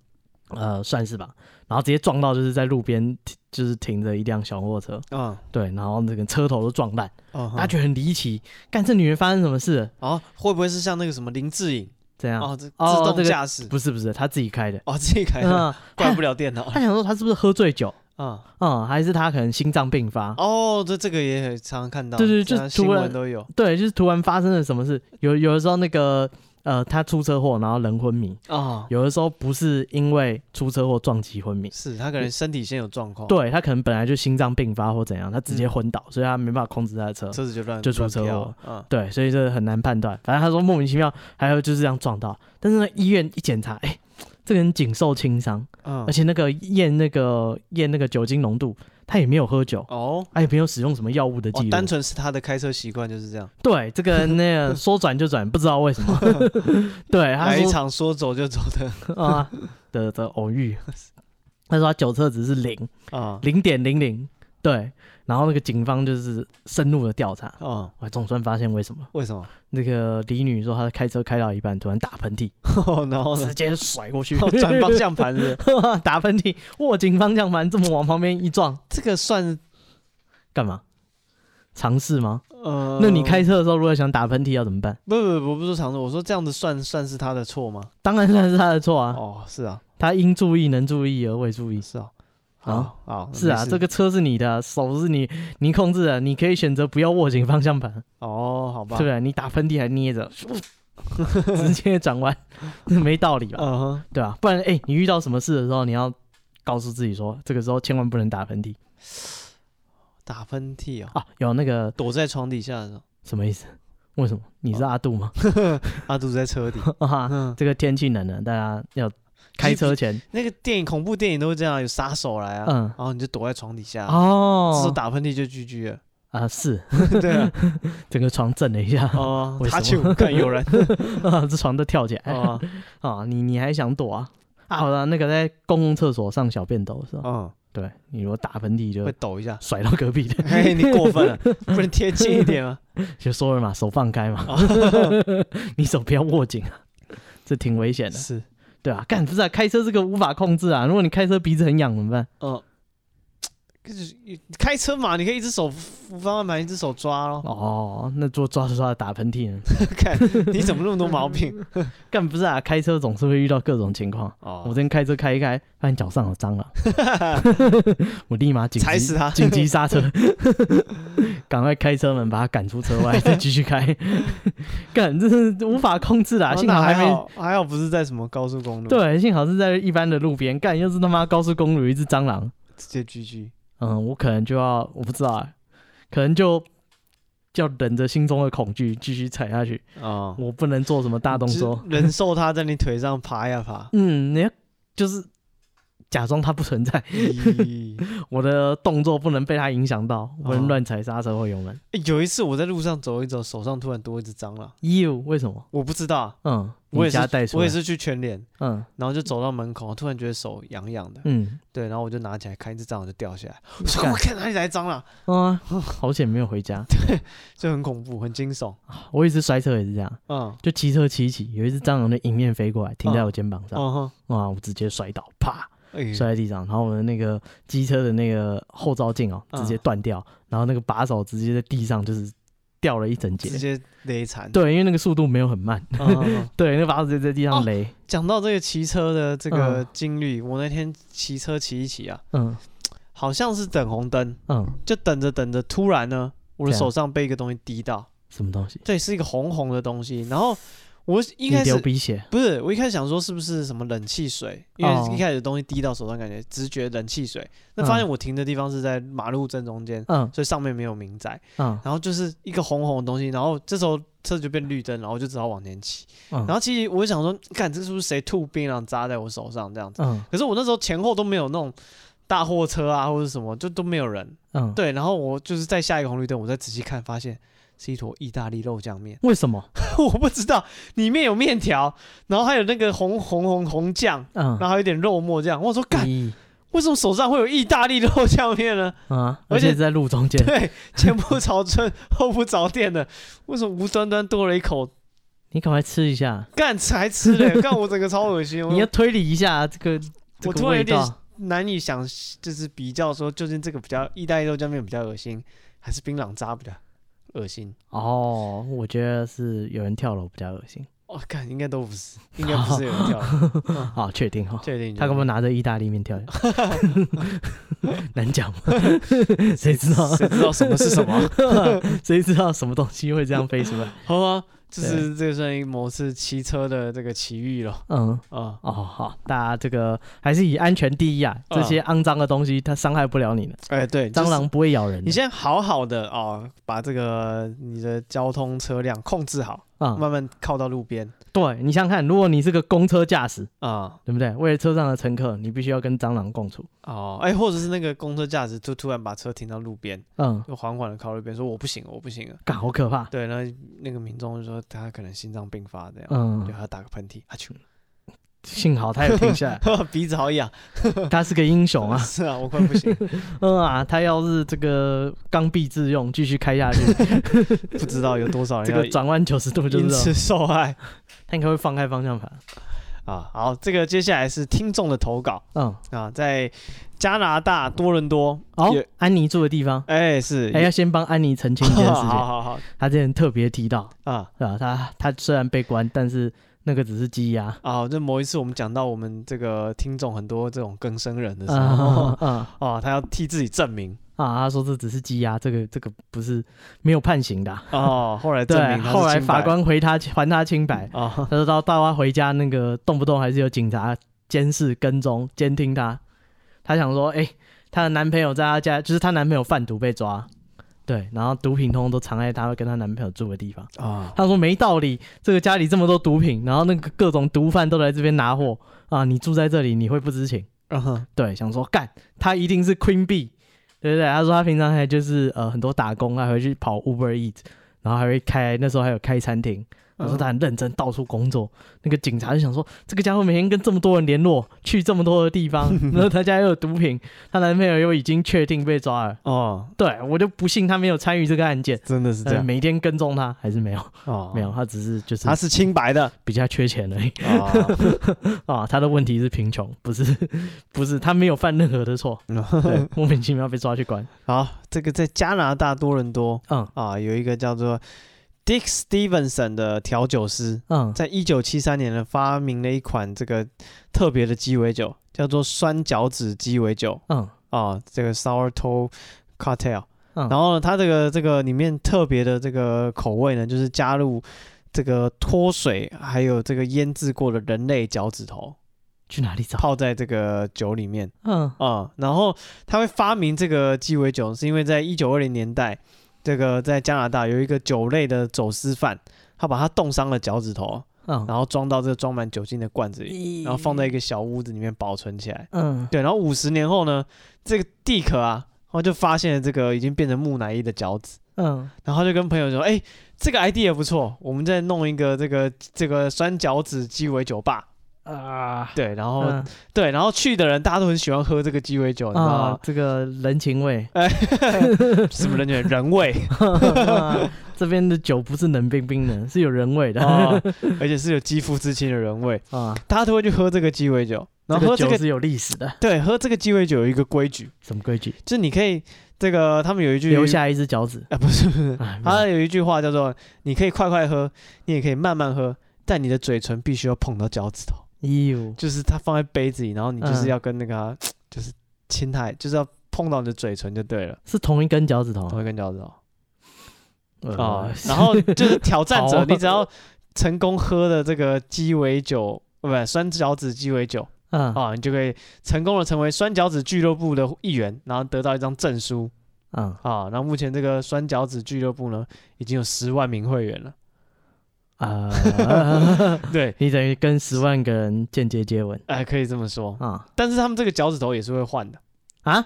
S2: 呃，算是吧，然后直接撞到就是在路边就是停着一辆小货车，
S1: 嗯，
S2: 对，然后那个车头都撞烂，
S1: 哦，
S2: 她觉得很离奇，干这女人发生什么事了？
S1: 哦，会不会是像那个什么林志颖？
S2: 怎样？
S1: 哦，这自
S2: 哦
S1: 动
S2: 这个
S1: 驾驶，
S2: 不是不是，她自己开的，
S1: 哦，自己开的，
S2: 嗯，
S1: 怪不了电脑。
S2: 她想说她是不是喝醉酒？
S1: 嗯，
S2: 嗯，还是她可能心脏病发？
S1: 哦，这这个也很常常看到，
S2: 对对
S1: 这样
S2: 就
S1: 新
S2: 突然
S1: 闻都有。
S2: 对，就是突然发生了什么事。有有的时候那个呃，他出车祸然后人昏迷，
S1: 哦，
S2: 有的时候不是因为出车祸撞击昏迷，
S1: 是他可能身体先有状况，，
S2: 对他可能本来就心脏病发或怎样，他直接昏倒，
S1: 嗯
S2: 所以他没办法控制他的车。
S1: 车子就乱
S2: 就出车祸。
S1: 乱飘嗯，
S2: 对，所以这很难判断。反正他说莫名其妙，还有就是这样撞到，但是呢，医院一检查，哎、这个人仅受轻伤，
S1: 嗯
S2: 而且那个验那个验那个酒精浓度，他也没有喝酒，
S1: 哦
S2: 他也没有使用什么药物的记
S1: 哦，
S2: 录、
S1: 单纯是他的开车习惯就是这样，
S2: 对，这个那个说转就转，不知道为什么。对，他
S1: 来一
S2: 说
S1: 场说走就走 的
S2: 啊的的 偶遇，他说他酒测值是零
S1: 啊，
S2: 零点零零，对。然后那个警方就是深入的调查，
S1: 哦，
S2: 我总算发现为什么
S1: 为什么？
S2: 那个李女说她开车开到一半突然打喷嚏，
S1: 哦然后呢
S2: 直？接甩过去
S1: 哦转方向盘 的，
S2: 打喷嚏，握紧方向盘这么往旁边一撞，
S1: 这个算
S2: 干嘛？尝试吗？
S1: 呃，
S2: 那你开车的时候如果想打喷嚏要怎么办？
S1: 不不不，我不是说常说，我说这样子算算是他的错吗？
S2: 当然算是他的错啊，
S1: 哦，是啊，
S2: 他应注意能注意而未注意。
S1: 是啊，
S2: 啊
S1: 好好
S2: 是啊，
S1: 没事
S2: 这个车是你的，手是你你控制的，你可以选择不要握紧方向盘，
S1: 哦，好吧，
S2: 对不对？你打喷嚏还 捏着，直接转弯， 没道理吧？
S1: 嗯哼，
S2: 对吧、不然，哎、你遇到什么事的时候，你要告诉自己说，这个时候千万不能打喷嚏
S1: 打喷嚏哦，
S2: 啊！有那个
S1: 躲在床底下的时候，
S2: 什么意思？为什么？你是阿杜吗？
S1: 阿啊杜在车 底， 嗯，
S2: 这个天气冷了，大家要开车前，
S1: 那个电影恐怖电影都是这样，有杀手来啊，
S2: 嗯，
S1: 然后你就躲在床底下，这时候
S2: 哦，
S1: 打喷嚏就 GG 了，
S2: 啊、是，
S1: 对啊，
S2: 整个床震了一下，
S1: 哦，
S2: 为什
S1: 他
S2: 么
S1: 去看有 人，
S2: 这床都跳起来，
S1: 哦，
S2: 啊，你你还想躲啊？啊，好了，那个在公共厕所上小便斗是吧？
S1: 嗯，
S2: 对你如果打喷嚏
S1: 会
S2: 就
S1: 抖一 下，
S2: 甩到隔壁的，
S1: 嘿，你过分了，不能贴近一点啊 吗？
S2: 就说了嘛，手放开嘛，
S1: 哦
S2: 你手不要握紧啊，这挺危险的，
S1: 是，
S2: 对啊，干不是啊，开车这个无法控制啊，如果你开车鼻子很痒怎么办？
S1: 嗯。就是开车嘛，你可以一只手扶方向盘，一只手抓咯。
S2: 哦，那做抓着抓着打喷嚏呢？
S1: 看你怎么那么多毛病？
S2: 干不是啊，开车总是会遇到各种情况。
S1: 哦
S2: 我，真开车开一开，发现脚上有蟑螂，我立马 紧
S1: 踩
S2: 急
S1: 死 他
S2: 紧急刹车，赶快开车门把他赶出车外，再继续开。 干，这是无法控制的、
S1: 哦
S2: 啊，幸
S1: 那
S2: 好还
S1: 还
S2: 没。
S1: 好，还好不是在什么高速公路，，
S2: 对，幸好是在一般的路边干，要是他妈高速公路有一只蟑螂，
S1: 直接 GG。
S2: 嗯，我可能就要，我不知道、啊，可能就要忍着心中的恐惧继续踩下去，
S1: 哦，
S2: 我不能做什么大动作，。
S1: 就是忍受它在你腿上爬呀爬
S2: 嗯，你要就是假装它不存在，
S1: 咦
S2: 我的动作不能被它影响到，我不
S1: 哦
S2: 能乱踩刹车或油门。
S1: 欸有一次我在路上走一走，手上突然多一只蟑螂，
S2: You 为什么？
S1: 我不知道啊，
S2: 嗯，
S1: 我也是
S2: 你家带出来
S1: 我也，是去全脸，
S2: 嗯
S1: 然后就走到门口，突然觉得手痒痒的，
S2: 嗯，
S1: 对，然后我就拿起来看，一只蟑螂就掉下来，我
S2: 你
S1: 说
S2: 干
S1: 我看哪里来蟑螂，
S2: 啊， 好险没有回家。
S1: 就很恐怖，很惊悚。
S2: 我有一次摔车也是这样，
S1: 嗯，
S2: 就骑车骑一骑，有一只蟑螂就迎面飞过来，停在我肩膀上，
S1: 哦哼，
S2: 哇，我直接摔倒，啪，
S1: 哎呦
S2: 摔在地上，然后我的那个机车的那个后照镜哦，
S1: 嗯
S2: 直接断掉，然后那个把手直接在地上就是掉了一整
S1: 直
S2: 截。
S1: 接勒惨。
S2: 对，因为那个速度没有很慢，
S1: 嗯，嗯嗯
S2: 对，那个把手直接在地
S1: 哦
S2: 上勒，
S1: 讲到这个骑车的这个
S2: 嗯
S1: 经历，我那天骑车骑一骑啊，
S2: 嗯
S1: 好像是等红灯，
S2: 嗯
S1: 就等着等着，突然呢，我的
S2: 这样
S1: 手上被一个东西滴到，
S2: 什么东西？
S1: 对，是一个红红的东西。然后我一
S2: 你
S1: 开
S2: 流
S1: 始
S2: 鼻血，
S1: 不是，我一开始想说是不是什么冷气水，因
S2: 哦
S1: 为一开始东西滴到手上，感觉直觉冷气水。那发现我停的地方是在马路正中间，
S2: 嗯
S1: 所以上面没有民宅，
S2: 嗯
S1: 然后就是一个红红的东西，然后这时候车子就变绿灯，然后我就只好往前骑。
S2: 嗯，
S1: 然后其实我就想说，看这是不是谁吐槟榔扎在我手上这样子？
S2: 嗯
S1: 可是我那时候前后都没有那种大货车啊或者什么，就都没有人。
S2: 嗯，，
S1: 对，然后我就是在下一个红绿灯，我再仔细看，发现是一坨意大利肉酱面。
S2: 为什么？
S1: 我不知道里面有面条，然后还有那个红红红红酱，
S2: 嗯
S1: 然，后还有一点肉末这样。我说干，
S2: 咦
S1: 为什么手上会有意大利肉酱面呢？
S2: 嗯啊，
S1: 而
S2: 而
S1: 且
S2: 且在路中间，
S1: 对，前不着村后不着店的，为什么无端端多了一口
S2: 你赶快吃一下，
S1: 干才吃嘞？干我整个超恶心，
S2: 你要
S1: 我
S2: 推理一下这个这
S1: 我
S2: 个
S1: 突然有
S2: 味
S1: 点
S2: 道。
S1: 难以想，就是比较说究竟这个比较意大利肉酱面比较恶心，还是槟榔渣比较恶心？
S2: 哦，我觉得是有人跳楼比较恶心。
S1: 哦，干应该都不是，应该不是有人跳的，
S2: 好，确定哈。
S1: 确定
S2: 他干嘛拿着意大利面跳的？ 难讲 吗？谁知道？
S1: 谁知道什么是什 么？
S2: 谁知道什么东西会这样飞出来？
S1: 好吗？这
S2: 对
S1: 是这算一某次骑车的这个奇遇了
S2: 嗯，
S1: 啊！
S2: 哦，好，大家这个还是以安全第一啊！这些肮脏的东西它伤害不了你的，
S1: 哎、对，
S2: 蟑
S1: 嗯就是
S2: 螂不会咬人的。
S1: 你先好好的哦，把这个你的交通车辆控制好，
S2: 啊，
S1: 慢慢靠到路边
S2: 对你想想看，如果你是个公车驾驶，
S1: 啊、
S2: 对不对？为了车上的乘客，你必须要跟蟑螂共处。
S1: 哦，哎、或者是那个公车驾驶突突然把车停到路边，
S2: 嗯，
S1: 就缓缓的靠路边说我不行了，我不行了。
S2: 干好可怕。
S1: 对，然后那个民众就说他可能心脏病发这样，对，
S2: 嗯，
S1: 他打个喷嚏，啊 他去，
S2: 幸好他有 停下
S1: 鼻子好痒，
S2: 来，他是个英雄 啊。
S1: 是啊，我快不行了，
S2: 嗯啊，他要是这个刚愎自用，继续开 下去，
S1: 不知道有多少人
S2: 这
S1: 要
S2: 个转弯九十度就
S1: 哎因
S2: 知道
S1: 此
S2: 了，
S1: 受害
S2: 他应该会放开方向盘。
S1: 啊。好，这个接下来是听众的投稿。
S2: 嗯，
S1: 啊，在加拿大多伦多
S2: 哦
S1: 也，
S2: 安妮住的地方，
S1: 哎、是，
S2: 哎，要先帮安妮澄清一件 事
S1: 好
S2: 情。
S1: 好好
S2: 他之前特别提到，
S1: 啊
S2: 是吧？他他虽然被关，但是那个只是羁押。
S1: 啊，就某一次我们讲到我们这个听众很多这种更生人的时候
S2: 啊，啊
S1: 哦、他要替自己证明
S2: 啊！他说这只是羁押，这个这个不是没有判刑的啊、
S1: 哦，后来证
S2: 对，
S1: 明他是
S2: 后来
S1: 清白
S2: 法官回他还他清白，
S1: 哦
S2: 他说到到他回家那个动不动还是有警察监视、跟踪、监听他。他想说，哎、她的男朋友在她家，就是她男朋友贩毒被抓，对，然后毒品通通都藏在她跟她男朋友住的地方。
S1: 啊
S2: 他说没道理，这个家里这么多毒品，然后那个各种毒贩都来这边拿货啊，你住在这里你会不知情？
S1: 嗯哼
S2: 对，想说干他一定是 Queen B，对不对？他说他平常还就是呃很多打工，还会去跑 Uber Eat，然后还会开那时候还有开餐厅。他
S1: 嗯
S2: 说他很认真，到处工作。那个警察就想说，这个家伙每天跟这么多人联络，去这么多的 地方，然后他家又有毒品，她男朋友又已经确定被抓了。
S1: 哦，
S2: 对我就不信他没有参与这个案件，
S1: 真的是这
S2: 呃
S1: 样
S2: 每天跟踪他还是没有。
S1: 哦，
S2: 没有，，他只是就是
S1: 他是清白的
S2: 比较缺钱而已
S1: 啊，
S2: 啊。他的问题是贫穷，不是不是他没有犯任何的错， 对，莫名其妙被抓去关。
S1: 好， 这个在加拿大多伦多
S2: 嗯
S1: 啊，有一个叫做 Dick Stevenson 的调酒师，
S2: 嗯
S1: 在一九七三年呢，发明了一款这个特别的鸡尾酒，叫做酸脚趾鸡尾酒
S2: 嗯
S1: 啊，这个 sour toe cocktail。
S2: 嗯，
S1: 然后呢，它这个这个里面特别的这个口味呢，就是加入这个脱水还有这个腌制过的人类脚趾头，
S2: 去哪里找？
S1: 泡在这个酒里面
S2: 嗯
S1: 啊、然后他会发明这个鸡尾酒，是因为在一九二零年代，这个在加拿大有一个酒类的走私犯，他把他冻伤了脚趾头。
S2: 嗯，
S1: 然后装到这个装满酒精的罐子里，
S2: 咦
S1: 然后放在一个小屋子里面保存起来。
S2: 嗯
S1: 对，然后五十年后呢，这个蒂可啊，然后就发现了这个已经变成木乃伊的脚趾，
S2: 嗯
S1: 然后就跟朋友说：“哎，这个 idea 不错，我们再弄一个这个这个酸脚趾鸡尾酒吧。
S2: 啊”。
S1: 对，然后、
S2: 嗯
S1: 对，然后去的人大家都很喜欢喝这个鸡尾酒，你知道
S2: 啊
S1: 吗，？哎
S2: 这个人 情味，
S1: 什么人觉得人 味
S2: 这边的酒不是冷冰 冰的，是有人味的啊。
S1: 哦，而且是有肌肤之亲的人味，大家都会去喝这个鸡尾酒。然后
S2: 这
S1: 喝
S2: 个
S1: 这
S2: 酒
S1: 个
S2: 是有历史的，
S1: 对喝这个鸡尾酒有一个规矩，
S2: 什么规矩？
S1: 就是你可以这个他们有一句
S2: 留下一只脚趾。
S1: 啊，不是不是，
S2: 哎没有
S1: 他有一句话叫做“你可以快快喝，你也可以慢慢喝，但你的嘴唇必须要碰到脚趾 头。
S2: 咦哎呦”，
S1: 就是他放在杯子里，然后你就是
S2: 嗯
S1: 要跟那个啊、就是亲他，就是要碰到你的嘴唇就对了，
S2: 是同一根脚趾头
S1: 同一根脚趾头。哦
S2: 呃，，
S1: 然后就是挑战
S2: 好
S1: 者，
S2: 啊
S1: 你只要成功喝了这个鸡尾酒，不不，酸饺子鸡尾酒
S2: 嗯
S1: 啊，你就可以成功的成为酸饺子俱乐部的一员，然后得到一张证书
S2: 嗯，
S1: 啊。然后目前这个酸饺子俱乐部呢，已经有十万名会员了。
S2: 呃，
S1: 对，
S2: 啊 你等于跟十万个人间接接吻
S1: 哎、可以这么说。
S2: 啊
S1: 但是他们这个脚趾头也是会换的，
S2: 啊？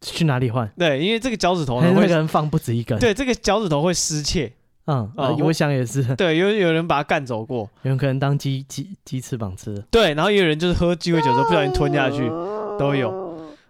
S2: 去哪里换？
S1: 对，哦因为这个脚趾头
S2: 还
S1: 呢
S2: 是那
S1: 会
S2: 个，人放不止一根？，
S1: 对，这个脚趾头会失窃，
S2: 嗯，
S1: 哦
S2: 呃
S1: 我
S2: 我想也是，
S1: 对，有有人把它干走过，
S2: 有可能当鸡鸡鸡翅膀吃。
S1: 对，然后也有人就是喝鸡尾酒的时候不小心吞下去，都有。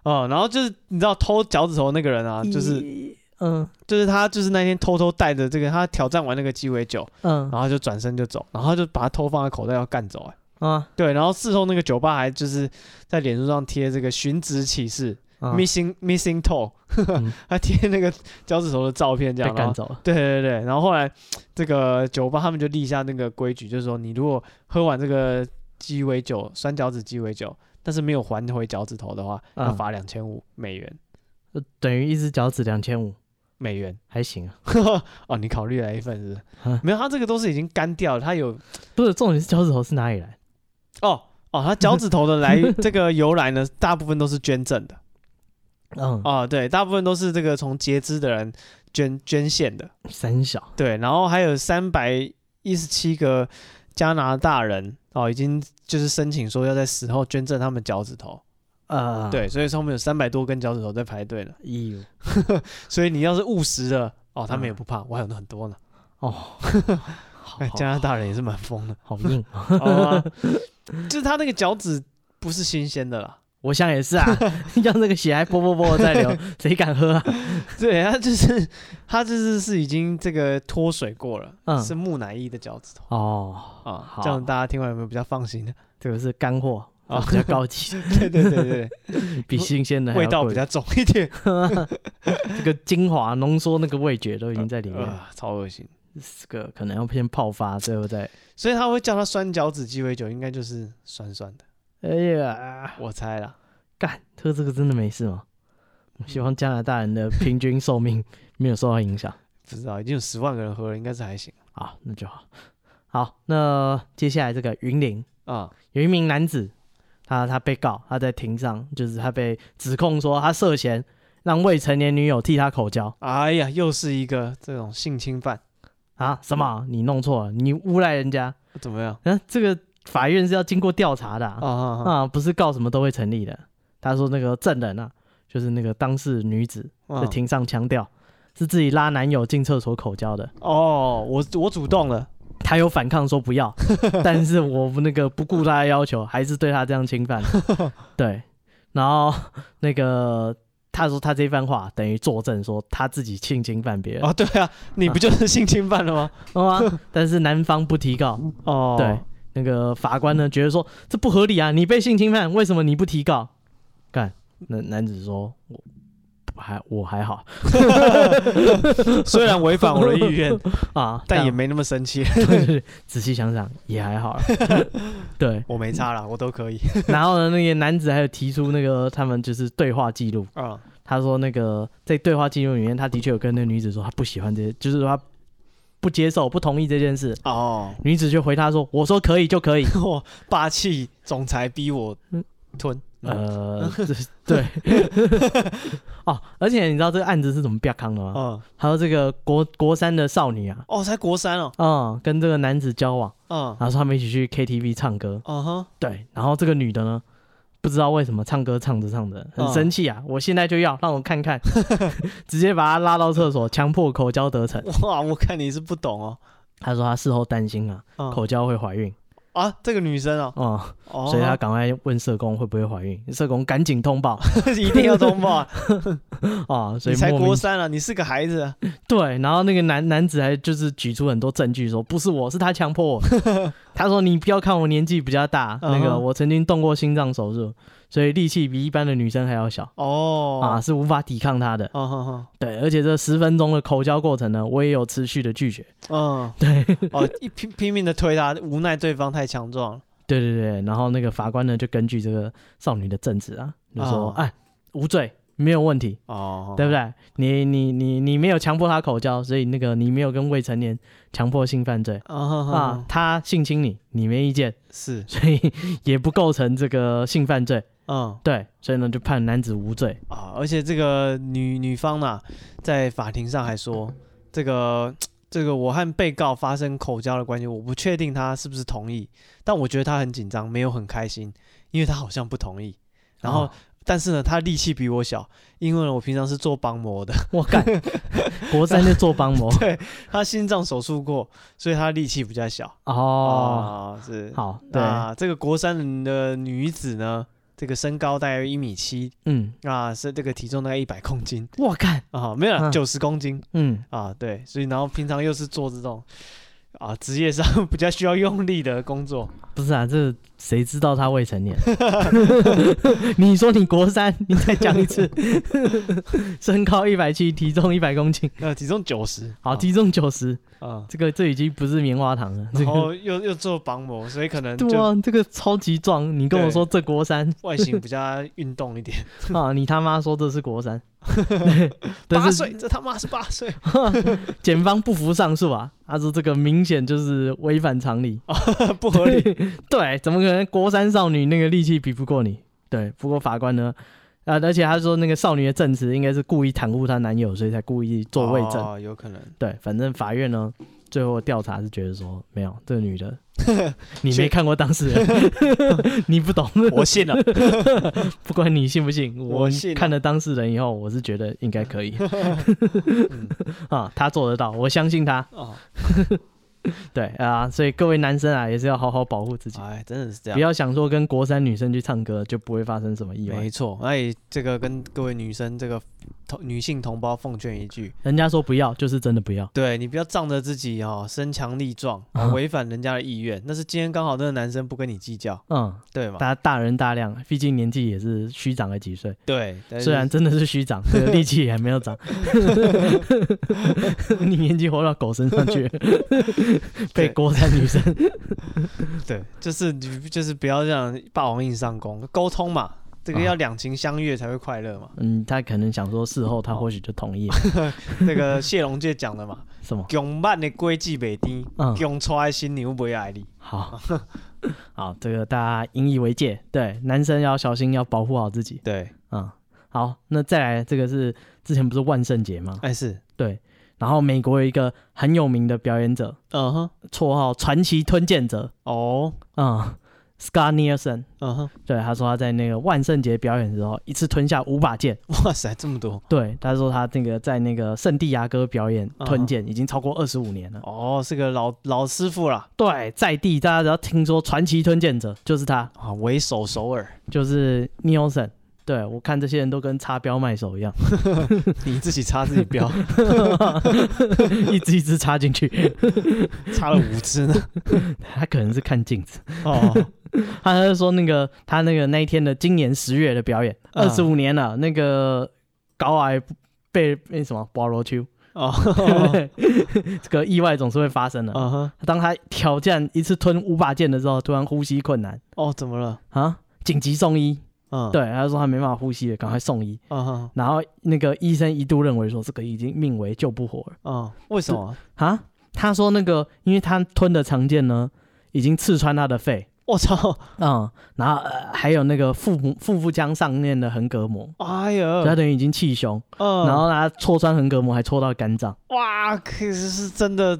S1: 哦、然后就是你知道偷脚趾头那个人啊，就是
S2: 一嗯
S1: 就是他就是那天偷偷带着这个他挑战完那个鸡尾酒，
S2: 嗯
S1: 然后就转身就走，然后他就把它偷放在口袋要干走、哎，
S2: 啊
S1: 对，然后事后那个酒吧还就是在脸书上贴这个寻址启事、
S2: 啊
S1: m i s s i n g missing toe，
S2: 嗯
S1: 还贴那个脚趾头的照片这
S2: 被
S1: 样，然
S2: 赶
S1: 后
S2: 走了。
S1: 对对对，然后后来这个酒吧他们就立下那个规矩，就是说你如果喝完这个鸡尾酒酸脚趾鸡尾酒，但是没有还回脚趾头的话，要
S2: 嗯
S1: 罚两千五美元
S2: 呃等于一只脚趾两千五，
S1: 美元。
S2: 还行啊。
S1: 哦，你考虑了一份是不是
S2: 啊？
S1: 没有，它这个都是已经干掉了，它有
S2: 不是，重点是脚趾头是哪里来？
S1: 哦哦，它脚趾头的来这个由来呢，大部分都是捐赠的
S2: 嗯，
S1: 哦，对，大部分都是这个从截肢的人捐捐献的，
S2: 三小，
S1: 对，然后还有三百一十七个加拿大人哦，已经就是申请说要在死后捐赠他们脚趾头，
S2: 呃，，
S1: 啊对，所以说他们有三百多根脚趾头在排队呢，
S2: 义务
S1: 所以你要是误食了哦，他们
S2: 嗯
S1: 也不怕，我还有很多呢，
S2: 哦，好
S1: 哎，
S2: 好
S1: 加拿大人也是蛮疯的。
S2: 哦 好硬，啊
S1: 哦，就是他那个脚趾不是新鲜的啦，
S2: 我想也是啊， 要那个血还啵啵啵在流，谁敢喝啊？
S1: 对，他就是他就是是已经这个脱水过了，
S2: 嗯
S1: 是木乃伊的脚趾头
S2: 哦，
S1: 啊，
S2: 好
S1: 这样大家听完有没有比较放 心呢？
S2: 这个是干货，
S1: 哦
S2: 比较 高级，
S1: 对对对对
S2: 比新鲜的
S1: 对，
S2: 还
S1: 味
S2: 要
S1: 道
S2: 贵
S1: 比较重一点，
S2: 这个精华浓缩那个味觉都已经在里面，
S1: 啊，超恶心。
S2: 这个可能要先泡发，最后再，
S1: 所以他会叫他酸脚趾鸡尾酒，应该就是酸酸的，
S2: 哎呀，
S1: 我猜啦。
S2: 干，喝这个真的没事吗？我希望加拿大人的平均寿命 没有受到影响。
S1: 不知道，已经有十万个人喝了，应该是还行
S2: 好，那就好。好，那接下来这个云林
S1: 啊。
S2: 有一名男子，他他被告，他在庭上就是他被指控说他涉嫌让未成年女友替他口交
S1: 哎呀，又是一个这种性侵犯，
S2: 啊！什么？你弄错了，你诬赖人家？
S1: 怎么样？
S2: 嗯、啊，这个法院是要经过调查的
S1: 啊
S2: 啊
S1: 啊啊
S2: 啊不是告什么都会成立的。他说那个证人啊，就是那个当事女子
S1: 啊
S2: 在！庭上强调。是自己拉男友进厕所口交的，
S1: 哦，我我主动了，
S2: 他有反抗说不 要，但是我那个不顾他的要求，还是对他这样 侵犯。对，然后那个他说他这番话等于作证说他自己性侵犯别人，
S1: 啊，对啊，你不就是性侵犯了吗？
S2: 哦啊、但是男方不提告。
S1: 哦，
S2: 对，那个法官呢觉得说这不合理啊，你被性侵犯，为什么你不提告？干，那男子说我我还我还好
S1: 虽然违反我的意 愿，
S2: 啊，
S1: 但也没那么生气，
S2: 没仔细想想也还好啊。对，
S1: 我没差啦，我都可以
S2: 然后呢，那个男子还有提出那个他们就是对话记录，
S1: 啊。
S2: 他说那个在对话记录里面，他的确有跟那个女子说他不喜欢这些，就是说他不接受、不同意这件事。
S1: 哦，
S2: 女子就回他说：“我说可以就可以。
S1: 我霸气总裁逼我吞”，呃，
S2: 呃，这对，哦，而且你知道这个案子是怎么曝康的吗？
S1: 嗯，
S2: 还有这个国国三的少女啊，
S1: 哦，才国三哦，
S2: 嗯，跟这个男子交往，
S1: 嗯，
S2: 然后说他们一起去 KTV 唱歌，
S1: 嗯哼，
S2: 对，然后这个女的呢，不知道为什么唱歌唱着唱着很
S1: 嗯
S2: 生气啊，我现在就要让我看 看，直接把她拉到厕所，强迫口交得逞。
S1: 哇，我看你是不懂哦，
S2: 他说他事后担心啊，
S1: 嗯
S2: 口交会怀孕
S1: 啊，这个女生哦，
S2: 哦，
S1: 哦，
S2: 所以他赶快问社工会不会怀孕，社工赶紧通报
S1: 一定要通报啊，
S2: 啊、 所
S1: 你
S2: 以
S1: 才
S2: 莫名
S1: 国三了，你是个孩子啊，
S2: 对，然后那个男男子还就是举出很多证据说不是我是他强迫我， 他说你不要看我年纪比较大，那
S1: 嗯
S2: 个
S1: 哼
S2: 我曾经动过心脏手术，所以力气比一般的女生还要小。啊，
S1: 哦，
S2: 是无法抵抗他的。
S1: 哦，哦，
S2: 对，而且这十分钟的口交过程呢，我也有持续的拒绝。
S1: 嗯，
S2: 对，
S1: 哦，一拼拼命的推他，无奈对方太强壮了，
S2: 对对对，然后那个法官呢，就根据这个少女的证词啊，就说：“
S1: 啊
S2: 哎，无罪，没有问题，
S1: 哦，
S2: 对不对？你你你你没有强迫他口交，所以那个你没有跟未成年强迫性犯罪
S1: 啊啊
S2: 啊，他性侵你，你没意见，
S1: 是，
S2: 所以也不构成这个性犯罪，
S1: 嗯
S2: 对，所以呢就判男子无罪。
S1: 啊，而且这个女女方呐、在法庭上还说，这个这个我和被告发生口交的关系，我不确定她是不是同意，但我觉得她很紧张，没有很开心，因为她好像不同意。然后，
S2: 哦
S1: 但是呢，她力气比我小，因为呢我平常是做帮模的，
S2: 我干，国三就做 帮 模
S1: 她心脏手术过，所以她力气比较小。
S2: 哦，
S1: 啊是。
S2: 好，对，
S1: 那这个国三的女子呢，这个身高大约一米七，
S2: 嗯，
S1: 啊，是这个体重大概一百公斤
S2: 我干，
S1: 啊，没有
S2: 嗯
S1: 九十公斤。
S2: 嗯，
S1: 啊，对，所以然后平常又是做这种啊职业上比较需要用力的工作，
S2: 不是啊，这谁知道他未成年？ 你说你国三，你再讲一次， 身高一百七，体重一百公斤，
S1: 那体重九十，
S2: 好，体重九十，
S1: 啊，
S2: 这个这已经不是棉 花糖 了，这
S1: 然
S2: 个
S1: 后又又做绑模，所以可能
S2: 对
S1: 就
S2: 啊，这个超级壮，你跟我说这国三
S1: 外形比较运动一点。
S2: 啊，你他妈说这是 国三， 但
S1: 八
S2: 是
S1: 岁，这他妈是八岁，
S2: 检方不服上诉啊，他说这个明显就是违反常理，
S1: 不合理。
S2: 对，怎么可能国三少女那个力气比不过你？对，不过法官呢，啊，而且他说那个少女的证词应该是故意袒护她男友，所以才故意 做伪证，
S1: 哦，有可能。
S2: 对，反正法院呢。最后调查是觉得说没有这个 女的，你没看过当事人， 你不懂。
S1: 我信 了，
S2: 不管你信不信，
S1: 我
S2: 我
S1: 信啊
S2: 看了当事人以后，我是觉得应 该可以
S1: 嗯
S2: 啊，他做得到，我相信他。
S1: 哦，
S2: 对啊，所以各位男生啊，也是要好好保护自己，
S1: 哎，真的是这
S2: 不
S1: 样。
S2: 要想说跟国三女生去唱歌就不会发生什么意外
S1: 没。错，哎，这个跟各位女生这个同女性同胞奉劝一句，
S2: 人家说不要，就是真的不要。
S1: 对你不要仗着自己哦身强力壮，
S2: 啊
S1: 违反人家的意愿。那是今天刚好那个男生不跟你计较，
S2: 嗯，
S1: 对吗？
S2: 大家大人大量，啊毕竟年纪也是虚长了几岁，
S1: 对，但是
S2: 虽然真的是虚 长，这个力气也还没有长。你年纪活到狗身上 去了，被
S1: 对
S2: 国三女生
S1: 对，就是你就是不要这样霸王硬上弓，沟通嘛，这个
S2: 啊
S1: 要两情相悦才会快乐嘛。
S2: 嗯，他可能想说事后他或许就同 意了，
S1: 那 个谢龙介讲的嘛，
S2: 什么？
S1: 勇慢的规矩袂低，
S2: 嗯，
S1: 勇出的心牛袂爱你。
S2: 好，好，这个大家引以为戒。对，男生要小心，要保护好自己。
S1: 对，
S2: 嗯，好，那再来这个是之前不是万圣节吗？
S1: 哎是，
S2: 对，然后美国有一个很有名的表演者，
S1: 嗯哼，
S2: 绰号传奇吞剑者，
S1: 哦，
S2: 嗯 s c a r Nielsen。
S1: 嗯哼，
S2: 对，他说他在那个万圣节表演的时候，一次吞下五把剑。
S1: 哇塞，这么多，
S2: 对，他说他那个在那个圣地亚哥表演
S1: 嗯
S2: 吞剑已经超过二十五年了。
S1: 哦，是个老老师傅啦，
S2: 对，在地大家只要听说传奇吞剑者就是他，
S1: 啊，为首首尔，
S2: 就是 Nielsen。对我看这些人都跟插标卖手一样，
S1: 你自己插自己标，
S2: 一只一只插进去。
S1: 插了五只呢，
S2: 他可能是看镜子，
S1: 哦，
S2: 他就说那个他那个那一天的今年十月的表演，
S1: 嗯
S2: 二十五年了，那个高癌被那什么保罗丘，
S1: 哦，
S2: 这个意外总是会发生的。
S1: 嗯哼，
S2: 当他挑战一次吞五把剑的时候，突然呼吸困难
S1: 哦，怎么了？
S2: 啊，紧急送医。
S1: 嗯，，
S2: 对，他说他没办法呼吸了，赶快送医。
S1: 嗯哼，
S2: 然后那个医生一度认为说这个已经命为救不活了。
S1: 嗯，为什么？
S2: 啊，他说那个，因为他吞的长剑呢，已经刺穿他的肺，
S1: 我操，
S2: 嗯，然后、呃、还有那个腹部腹部腔上面的横膈膜，
S1: 哎
S2: 所以他
S1: 呀，
S2: 等于已经气胸，
S1: 嗯，
S2: 然后他戳穿横膈膜，还戳到肝脏，
S1: 哇，可是是真的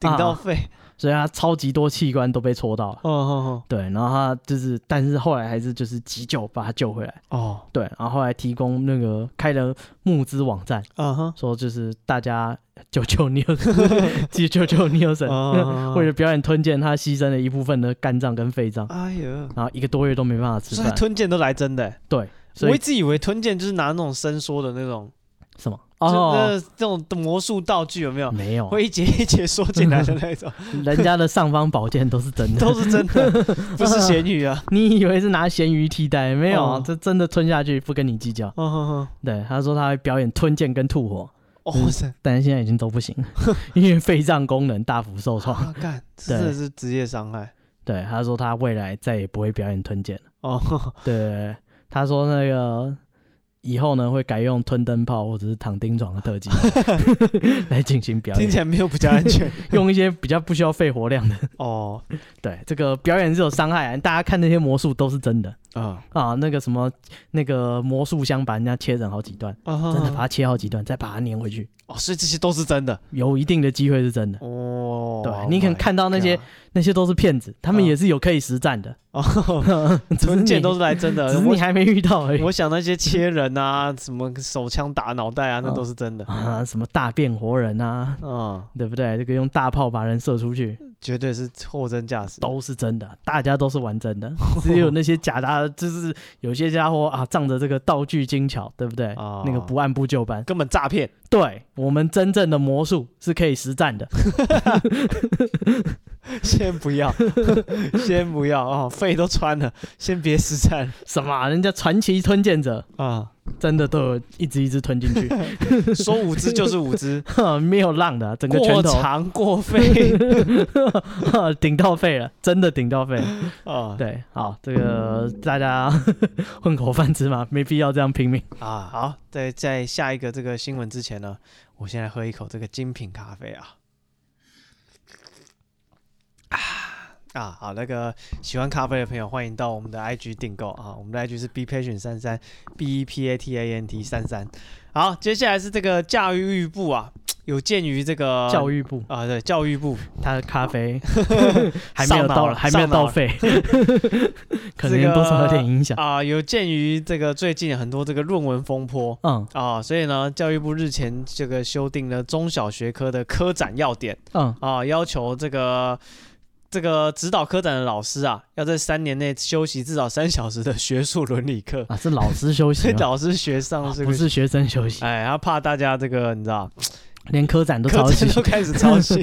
S1: 顶到肺，
S2: 所以他超级多器官都被戳到了。
S1: 哦哦
S2: 对，然后他就是，但是后来还是就是急救把他救回来。
S1: 哦，哦，
S2: 对，然后后来提供那个开了募资网站，
S1: 嗯哼，
S2: 说就是大家救救 n e l s 急救救 n e l s
S1: 哦
S2: 为了表演吞剑，他牺牲了一部分的肝脏跟肺脏。
S1: 哎呦，
S2: 然后一个多月都没办法吃
S1: 所以
S2: 饭。
S1: 吞剑都来真的欸，
S2: 对，所
S1: 我一
S2: 以
S1: 直以为吞剑就是拿那种伸缩的那种，
S2: 什么？
S1: 哦，
S2: 哦，
S1: 这种魔术道具有没有？
S2: 没有，
S1: 会一节一节缩进来的那种，
S2: 人家的上方宝 剑都是真 的。
S1: 都是真的，不是咸鱼啊。
S2: 你以为是拿咸鱼替代？没有，啊
S1: 哦
S2: 这真的吞下去不跟你计较。
S1: 哦哦
S2: 对，他说他会表演吞剑跟吐火，
S1: 哦，哇塞！
S2: 但是现在已经都 不行了，因为肺脏功能大幅受创。
S1: 哇，干，这真的是职业伤害
S2: 对，他说他未来再也不会表演吞剑了。
S1: 哦。
S2: 对，他说那个以后呢会改用吞灯泡或者是躺钉床的特 技来进行表
S1: 听起
S2: 演，
S1: 来没有比较安 全
S2: 用一些比较不需要肺活量的。
S1: 哦。
S2: 对，这个表演是有伤害、啊，大家看那些魔术都是真的
S1: 啊
S2: 啊。那个什么那个魔术箱把人家切成好几段，
S1: 啊哈
S2: 真的把它切好几段，再把它粘回去，
S1: 哦，所以这些都是真的
S2: 有一定的机会是真的。
S1: 哦。
S2: 对你可能看到那些
S1: God
S2: 那些都是骗子，他们
S1: 嗯
S2: 也是有可以实战的，啊
S1: 哦，
S2: 只是
S1: 纯
S2: 你
S1: 碱都是来真
S2: 只
S1: 的。
S2: 是
S1: 我
S2: 你还没遇到而已。
S1: 我想那些切人啊，什么手枪打脑袋啊，那都是真的。
S2: 啊，什么大变活人啊，
S1: 嗯，
S2: 对不对？这个用大炮把人射出去
S1: 绝对是货真价实。
S2: 都是真的，大家都是玩 真的，只有那些假的，就是有些家伙啊，仗着这个道具精巧，对不对？
S1: 哦
S2: 那个不按部就班。
S1: 根本诈骗。
S2: 对我们真正的魔术是可以实战的，
S1: 先不要，先不要哦，肺都穿了，先别实战
S2: 什么啊、人家传奇吞剑者
S1: 啊！
S2: 真的都有一只一只吞进 去，，
S1: 说五只就是五只
S2: 哼没有浪的啊、整个拳
S1: 过
S2: 头
S1: 长过肺
S2: 顶到肺了，真的顶到肺了。
S1: 啊！
S2: 对，好，这个大家 混口饭吃嘛，没必要这样拼命。
S1: 啊，好，在在下一个这个新闻之前呢，我先来喝一口这个精品咖啡啊。啊啊，好，那个喜欢咖啡的朋友，欢迎到我们的 IG 订购啊，我们的 IG 是 b patient 三三 b e p a t a n t 三三。好，接下来是这个教育部啊，有鉴于这个
S2: 教育部
S1: 啊，对，教育部
S2: 他的 咖啡还没
S1: 上
S2: 有
S1: 脑
S2: 到，
S1: 了
S2: 还没有
S1: 上脑
S2: 到
S1: 了
S2: 肺， 可能
S1: 这个
S2: 多少有点影响。
S1: 啊、有鉴于这个最近很多这个论文风波
S2: 嗯
S1: 啊、所以呢，教育部日前这个修订了中小学科的科展要点
S2: 嗯，
S1: 啊、要求这个这个指导科展的老师啊，要在三年内休息至少三小时的学术伦理 课，
S2: 啊，是老师休
S1: 所
S2: 息
S1: 以
S2: 吗，
S1: 老师学
S2: 啊
S1: 上这个、
S2: 不是学生休息，
S1: 哎，他怕大家这个你知道，
S2: 连科展都
S1: 科
S2: 抄袭
S1: 展，都开始抄袭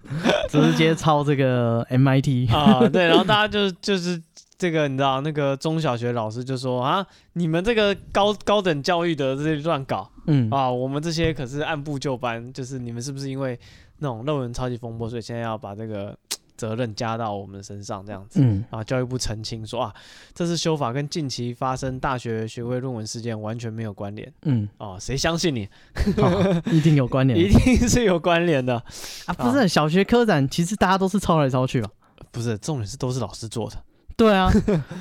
S2: 直接抄这个 MIT。
S1: 啊、对，然后大家就就是。这个你知道，那个中小学老师就说啊，你们这个高高等教育的这些乱搞，
S2: 嗯，
S1: 啊，我们这些可是按部就班，就是你们是不是因为那种论文超级风波，所以现在要把这个责任加到我们身上这样子？
S2: 嗯，
S1: 啊，教育部澄清说啊，这次修法跟近期发生大学学位论文事件完全没有关联
S2: 嗯，
S1: 啊，谁相信你？
S2: 好一定有 关
S1: 一
S2: 联
S1: 定是有关联的，
S2: 啊！不是小学科展，其实大家都是抄来抄去吧？
S1: 不是重点是都是老师做的，
S2: 对 啊，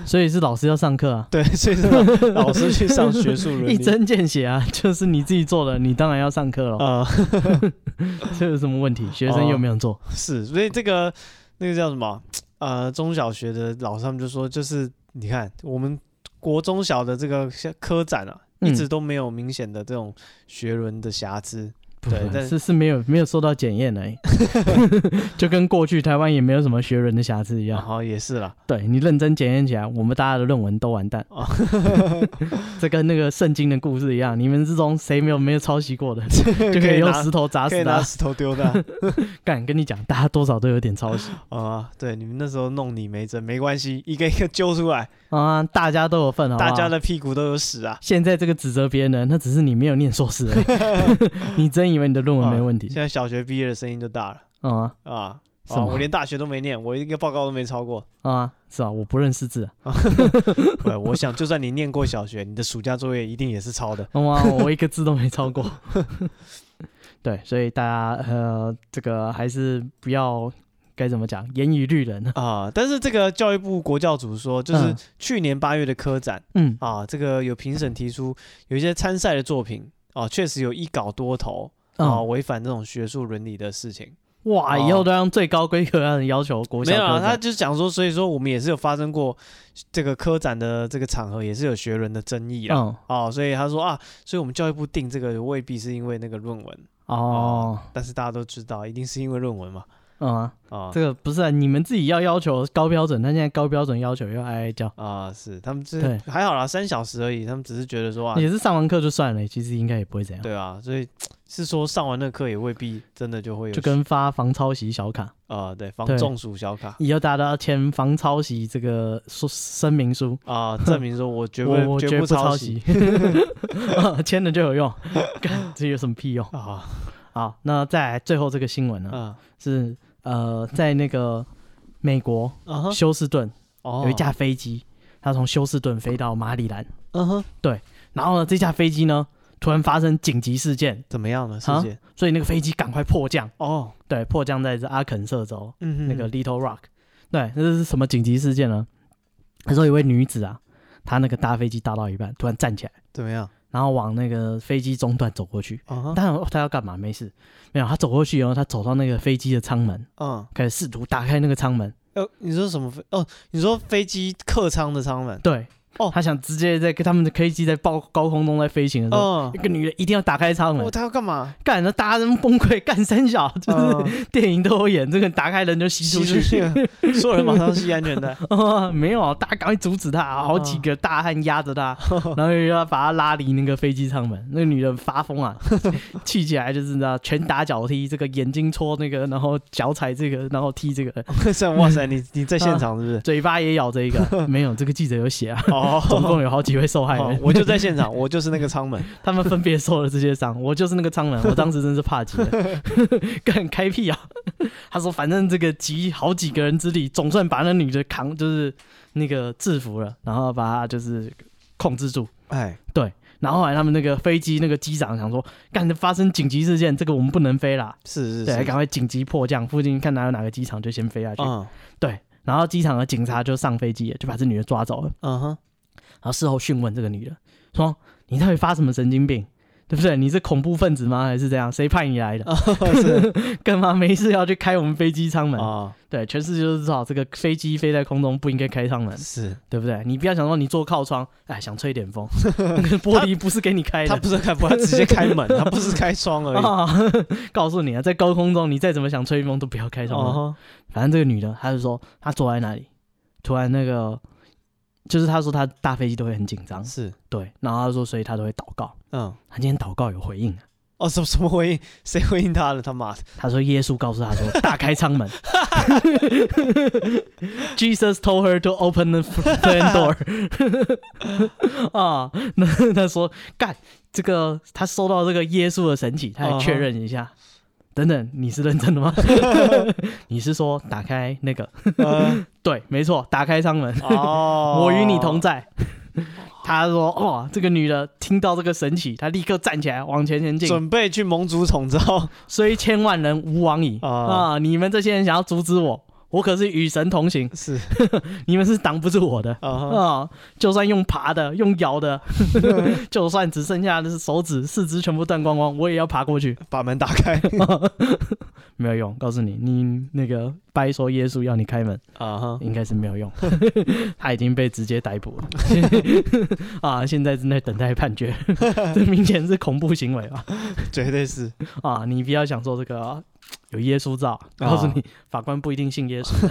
S2: 所以是老师要上课啊。
S1: 对，所以是老老师去上学术伦
S2: 一
S1: 理。
S2: 针见血啊，就是你自己做的，你当然要上课了。
S1: 啊、
S2: 这有什么问题？学生有没有做？
S1: 是，所以这个那个叫什么？呃，中小学的老师他们就说，就是你看我们国中小的这个像科展啊，一
S2: 嗯
S1: 直都没有明显的这种学轮的瑕疵。
S2: 不
S1: 对但
S2: 啊是是没有没有受到检验 而已，就跟过去台湾也没有什么学人的瑕疵一
S1: 然
S2: 样。
S1: 后也是啦，
S2: 对你认真检验起来，我们大家的论文都完蛋。
S1: 哦
S2: 这跟那个圣经的故事一样，你们之中谁没有没有抄袭过的， 就可以用
S1: 拿
S2: 石头砸
S1: 可
S2: 死
S1: 以拿
S2: 他。
S1: 石头丢的啊
S2: 干，跟你讲，大家多少都有点抄袭
S1: 啊！对，你们那时候弄你没针没关系， 一个一个揪出来，
S2: 啊，大家都有份，好不好
S1: 大家的屁股都有屎啊！
S2: 现在这个指责别人，那只是你没有念硕士而已， 你真以为你的论文没问题
S1: 现？在小学毕业的声音就大了
S2: 啊
S1: 啊！
S2: 什
S1: 啊，
S2: 么
S1: 我连大学都没念，我一个报告都没超 过。
S2: 啊，是啊，我不认识字啊，
S1: 对，我想就算你念过小学，你的暑假作业一定也是抄的。
S2: 哇，我一个字都没超过。 对，所以大家呃，这个还是不要该怎么讲，严以律人。
S1: 啊、但是这个教育部国教组说，就是
S2: 嗯
S1: 去年八月的科展
S2: 嗯
S1: 啊，这个有评审提出，有一些参赛的作品啊，确实有一稿多投啊，
S2: 哦，
S1: 违反这种学术伦理的事情。
S2: 哇，以后都让最高规格的要求国小
S1: 哦没有啊，
S2: 科
S1: 他
S2: 展
S1: 就是讲说，所以说我们也是有发生过这个科展的这个场合，也是有学伦的争议啊。
S2: 嗯
S1: 啊，所以他说啊，所以我们教育部定这个未必是因为那个论文，
S2: 哦
S1: 但是大家都知道，一定是因为论文嘛。
S2: 嗯啊，
S1: 啊
S2: 这个不是啊，你们自己要要求高标准，但现在高标准要求又哀哀叫，
S1: 啊，是他们这
S2: 对
S1: 还好啦，三小时而已，他们只是觉得说啊，
S2: 也是上完课就算了，其实应该也不会怎样。
S1: 对啊，所以是说上完那课也未必真的就会有，
S2: 就跟发防抄袭小卡，
S1: 啊、对防
S2: 对
S1: 中暑小卡
S2: 以后大家都要签防抄袭这个说声明书，
S1: 啊、证明说我绝不
S2: 我我
S1: 绝
S2: 不
S1: 抄
S2: 袭， 签了就有用，干这有什么屁用？
S1: 啊
S2: 好，那再来最后这个新闻呢，
S1: 啊
S2: 是呃，在那个美国
S1: 啊哈
S2: 休斯顿
S1: 哦
S2: 有一架飞机，它从休斯顿飞到马里兰，
S1: 嗯哼
S2: 对，然后呢，这架飞机呢突然发生紧急事件，
S1: 怎么样的事
S2: 啊
S1: 件？
S2: 所以那个飞机赶快迫降，
S1: 哦，
S2: 对，迫降在这阿肯色州
S1: 嗯哼，
S2: 那个 Little Rock。对，那是什么紧急事件呢？他说有位女子啊，她那个搭飞机搭到一半，突然站起来，
S1: 怎么样？
S2: 然后往那个飞机中段走过去。
S1: 啊哈，
S2: 她想哦她要干嘛？没事，没有。她走过去以后，她走到那个飞机的舱门，
S1: 嗯，
S2: 开始试图打开那个舱门。
S1: 呃，你说什么飞？哦，你说飞机客舱的舱门？
S2: 对，
S1: 哦
S2: 她想直接在跟他们的飞机在高高空中在飞行的时候，
S1: 哦，
S2: 那个女的一定要打开舱门
S1: 哦，。他要干嘛？
S2: 干，那大家都崩溃，干三小，就是
S1: 嗯
S2: 电影都有演，这个打开人就吸
S1: 吸
S2: 出
S1: 出
S2: 去。
S1: 去了，所有人马上系安 全带。
S2: 哦， 没有，大家赶快阻止他，好几个大汉压着他，然后又要把他拉离那个飞机舱门。那个女人发疯啊， 气起来就是那拳打脚踢，这个眼睛戳那个，然后脚踩这个，然后踢这个，
S1: 这样哇塞，你你在现场是不是？
S2: 嘴巴也咬这一个。没有，这个记者有写 啊，
S1: 哦，
S2: 总共有好几位受害
S1: 哦
S2: 人，
S1: 我就在现场，我就是那个舱门。
S2: 他们分别受了这些伤，我就是那个苍狼，我当时真是怕极了， 干开屁啊！他说，反正这个集好几个人之力，总算把那女的扛，就是那个制服了，然后把她就是控制住。
S1: 哎，
S2: 然后后来他们那个飞机那个机长想说，干发生紧急事件，这个我们不能飞啦，
S1: 是是
S2: 对，
S1: 是，
S2: 赶快紧急迫降，附近看哪有哪个机场就先飞下去。
S1: 嗯
S2: 然后机场的警察就上飞机了，就把这女的抓走了。
S1: 嗯哼，
S2: 然后事后讯问这个女的，说你到底发什么神经病，对不对？你是恐怖分子吗？还是这样？谁派你来的？
S1: 是
S2: 干嘛没事要去开我们飞机舱门？
S1: 啊，
S2: 对，全世界都知道这个飞机飞在空中不应该开舱门，
S1: 是
S2: 对不对？你不要想说你坐靠窗，哎，想吹点风， 那个玻璃不是给你开
S1: 他
S2: 的。
S1: 不是开，不他直接开 门，他不是开窗而已。
S2: 啊、 告诉你啊，在高空中，你再怎么想吹风都不要开窗门。
S1: 哦
S2: 反正这个女的，她就说她坐在那里，突然那个，就是她说她搭飞机都会很紧张
S1: 哈，，是，
S2: 对，然后她说，所以她都会祷告。
S1: 嗯，
S2: 她今天祷告有回应，啊
S1: 哦，什么什么回应？谁回应他了？他 妈的，
S2: 他说耶稣告诉他说 大开舱门。Jesus told her to open the plane door 。啊，那他说干这个，他收到这个耶稣的神启，他还确认一下。等等，你是认真的吗？你是说打开那个？
S1: 呃
S2: 对，没错，打开舱门，
S1: 哦，
S2: 我与你同在。他说：“哦，这个女的听到这个神启，她立刻站起来往前前进，
S1: 准备去盟主统招。
S2: 虽千万人吾往矣
S1: 啊
S2: 啊、你们这些人想要阻止我，我可是与神同行，
S1: 是
S2: 你们是挡不住我的
S1: 啊
S2: 啊、
S1: 哈，
S2: 就算用爬的，用摇的， 就算只剩下的是手指、四肢全部断光光，我也要爬过去。
S1: 把门打开
S2: 没有用，告诉你，你那个掰说耶稣要你开门，
S1: 啊哈，
S2: 应该是没有用。 他已经被直接逮捕了 啊！现在正在等待判决， 这明显是恐怖行为啊！
S1: 绝对是
S2: 啊，你不要想说这个啊有耶稣
S1: 啊
S2: 照，告诉你、法官不一定信耶稣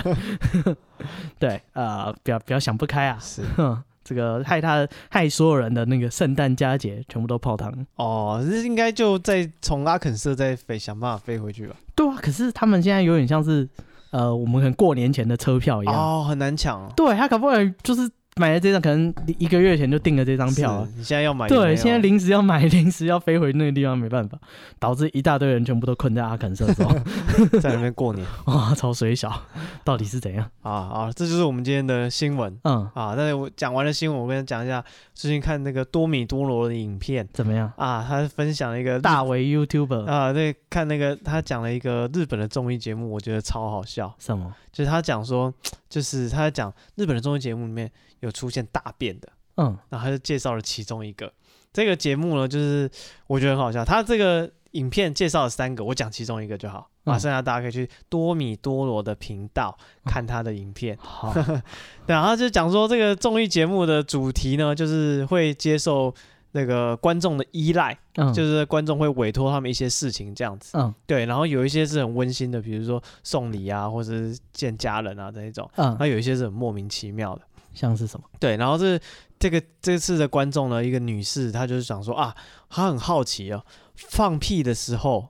S2: 的。 对，呃，不要不要想不开啊，
S1: 是
S2: 哼，这个害他害所有人的那个圣诞佳节全部都泡汤。
S1: 哦，这应该就再从阿肯色再飞，想办法飞回去吧。
S2: 对啊，可是他们现在有点像是呃，我们可能过年前的车票一样。
S1: 哦，很难抢哦，
S2: 对他搞不好就是买了这张，可能一个月前就订了这张票了
S1: 是。你现在要买也哦没
S2: 对，
S1: 有啊
S2: 现在临时要买， 临时要飞回那个地方，没办法，导致一大堆人全部都困在阿肯色州，
S1: 在那边过年
S2: 哇，超水小，到底是怎样？
S1: 啊啊，这就是我们今天的新闻
S2: 嗯，
S1: 啊。但是我讲完了新闻，我跟你讲一下，最近看那个多米多罗的影片
S2: 怎么样？
S1: 啊，他分享了一个日
S2: 大为 YouTuber、
S1: 啊，对，看那个他讲了一个日本的综艺节目，我觉得超好笑。
S2: 什么？
S1: 就是他讲说，就是他讲日本的综艺节目里面有出现大便的，
S2: 嗯
S1: 然后他就介绍了其中一个。这个节目呢，就是我觉得很好笑。他这个影片介绍了三个，我讲其中一个就好。啊，
S2: 嗯
S1: 剩下大家可以去多米多罗的频道看他的影片，。
S2: 好，
S1: 对然后他就讲说，这个综艺节目的主题呢，就是会接受那个观众的依赖，
S2: 嗯，
S1: 就是观众会委托他们一些事情这样子。
S2: 嗯
S1: 对，然后有一些是很温馨的，比如说送礼啊，或者是见家人啊这一种。
S2: 嗯，
S1: 那有一些是很莫名其妙的，
S2: 像是什么？
S1: 对。然后这这个这次的观众呢，一个女士，她就是想说啊，她很好奇哦，放屁的时候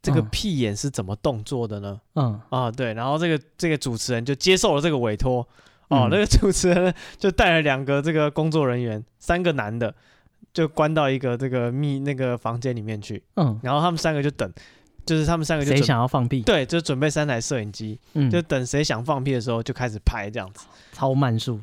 S1: 这个
S2: 嗯
S1: 屁眼是怎么动作的呢？
S2: 嗯
S1: 啊，对。然后这个这个主持人就接受了这个委托，哦，
S2: 嗯
S1: 那个主持人呢就带了两个这个工作人员，三个男的，就关到一个这个密那个房间里面去，
S2: 嗯
S1: 然后他们三个就等。就是他们三个就
S2: 谁
S1: 准
S2: 想要放屁？
S1: 对，就准备三台摄影机，
S2: 嗯，
S1: 就等谁想放屁的时候就开始拍这样子。
S2: 超慢速，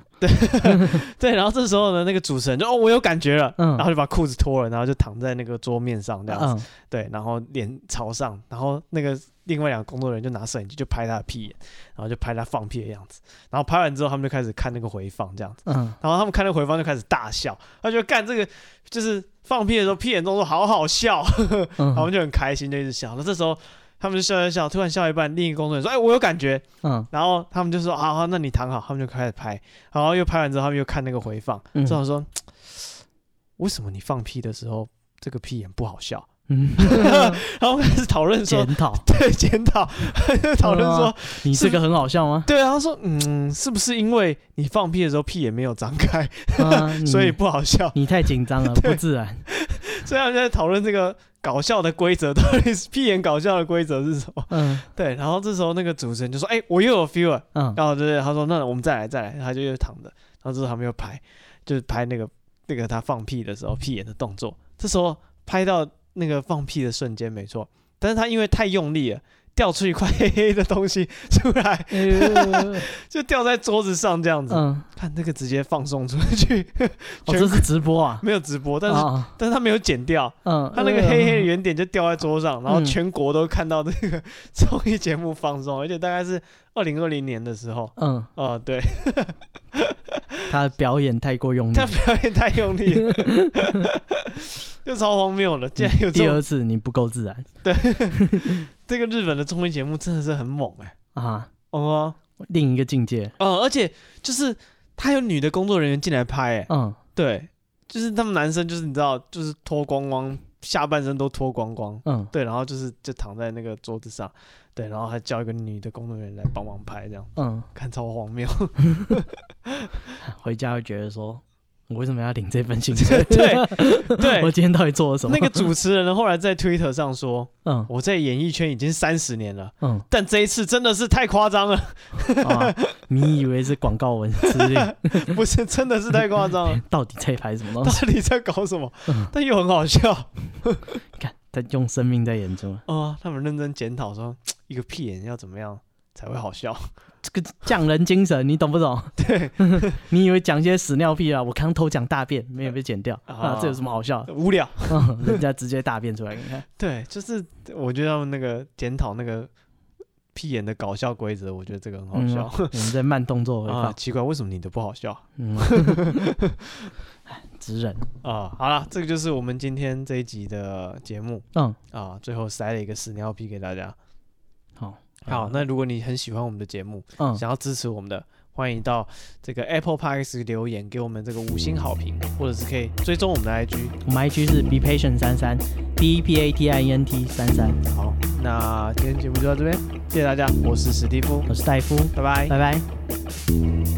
S1: 对，然后这时候呢，那个主持人就哦，我有感觉了，
S2: 嗯
S1: 然后就把裤子脱了，然后就躺在那个桌面上这样子。
S2: 嗯，
S1: 对，然后脸朝上，然后那个另外两个工作人员就拿摄影机就拍他的屁眼，然后就拍他放屁的样子。然后拍完之后，他们就开始看那个回放这样子。
S2: 嗯，
S1: 然后他们看那个回放就开始大笑，他就干这个就是放屁的时候屁眼动作好好笑，然后他
S2: 嗯
S1: 们就很开心，就一直笑。那这时候他们就笑笑笑，突然笑一半，另一个工作人员说：“哎、我有感觉。”
S2: 嗯，
S1: 然后他们就说：“好、好，那你躺好。”他们就开始拍，然后又拍完之后，他们又看那个回放，
S2: 嗯
S1: 正好说：“为什么你放屁的时候这个屁眼不好笑？”
S2: 嗯，
S1: 然后开始讨论说
S2: 检，讨，嗯
S1: 对，检讨， 讨论说，
S2: 你这个很好笑吗？
S1: 对啊，他说，嗯，是不是因为你放屁的时候屁也没有张开，
S2: 啊
S1: 所以
S2: 你
S1: 不好笑？
S2: 你太紧张了，不自然。
S1: 所以他们在讨论这个搞笑的规则，到底是屁眼搞笑的规则是什么？
S2: 嗯
S1: 对，然后这时候那个主持人就说，哎、我又有 feel 了，
S2: 嗯
S1: 然后就是他说，那我们再来再来，他就又躺着，然后这时候他们又拍，就是拍那个那个他放屁的时候屁眼的动作，这时候拍到那个放屁的瞬间没错，但是他因为太用力了，掉出一块 黑黑的东西出来，
S2: 哎呦，
S1: 就掉在桌子上这样子，
S2: 嗯，
S1: 看那个直接放送出去，
S2: 哦，
S1: 全
S2: 这是直播啊，
S1: 没有直播，但是、
S2: 啊
S1: 但是他没有剪掉，
S2: 嗯，
S1: 他那个黑黑的圆点就掉在桌上，然后全国都看到这个 综艺节目放送，而且大概是二零二零年的时候，
S2: 嗯，
S1: 哦、对，
S2: 他的表演太过用力
S1: 他，表演太用力了， 就超荒谬了，竟然嗯有这
S2: 第
S1: 种
S2: 二次你不够自然
S1: 这个日本的综艺节目真的是很猛哎、
S2: 啊，
S1: 哦、
S2: 另一个境界。
S1: 哦，而且就是他有女的工作人员进来拍哎、
S2: 嗯，
S1: 对，就是他们男生就是你知道，就是脱光光，下半身都脱光光，
S2: 嗯，
S1: 对，然后就是就躺在那个桌子上，对，然后还叫一个女的工作人员来帮忙拍，这样
S2: 嗯，
S1: 看超荒 谬，
S2: 回家会觉得说，我为什么要领这份薪水？
S1: 对对
S2: 我。今天到底做了什么？
S1: 那个主持人呢后来在 Twitter 上说
S2: 嗯：“
S1: 我在演艺圈已经三十年了，
S2: 嗯，
S1: 但这一次真的是太夸张了，
S2: 啊，你以为是广告文之 类，
S1: 不是真的是太夸张了，
S2: 到底在拍什么
S1: 到
S2: 东 西？
S1: 底在搞什么
S2: 哦嗯？
S1: 但又很好笑
S2: 看他用生命在演出，
S1: 哦，他们认真检讨说，一个屁眼要怎么样才会好笑？
S2: 这个匠人精神，你懂不懂？
S1: 对，
S2: 你以为讲些屎尿屁啊？我刚偷讲大便，没有被剪掉啊
S1: 啊，
S2: 这有什么好 笑的？
S1: 无聊。”
S2: 嗯人家直接大便出来给你看。
S1: 对，就是我觉得他们那个检讨那个屁眼的搞笑规则，我觉得这个很 好
S2: 嗯
S1: 笑。
S2: 啊我们在慢动作回
S1: 啊，
S2: 放，
S1: 奇怪，为什么你的不好笑
S2: 嗯，哎直人，
S1: 啊？好了，这个就是我们今天这一集的节目
S2: 嗯，
S1: 啊，最后塞了一个屎尿屁给大家。
S2: 好，
S1: 好，那如果你很喜欢我们的节目，
S2: 嗯，
S1: 想要支持我们的，欢迎到这个 Apple Podcast 留言给我们这个五星好评，或者是可以追踪我们的 IG。
S2: 我们 IG 是 be patient 三三，b e p a t i e n t 三三，
S1: 好，那今天节目就到这边，谢谢大家，我是史蒂夫，
S2: 我是戴夫，
S1: 拜拜
S2: 拜拜。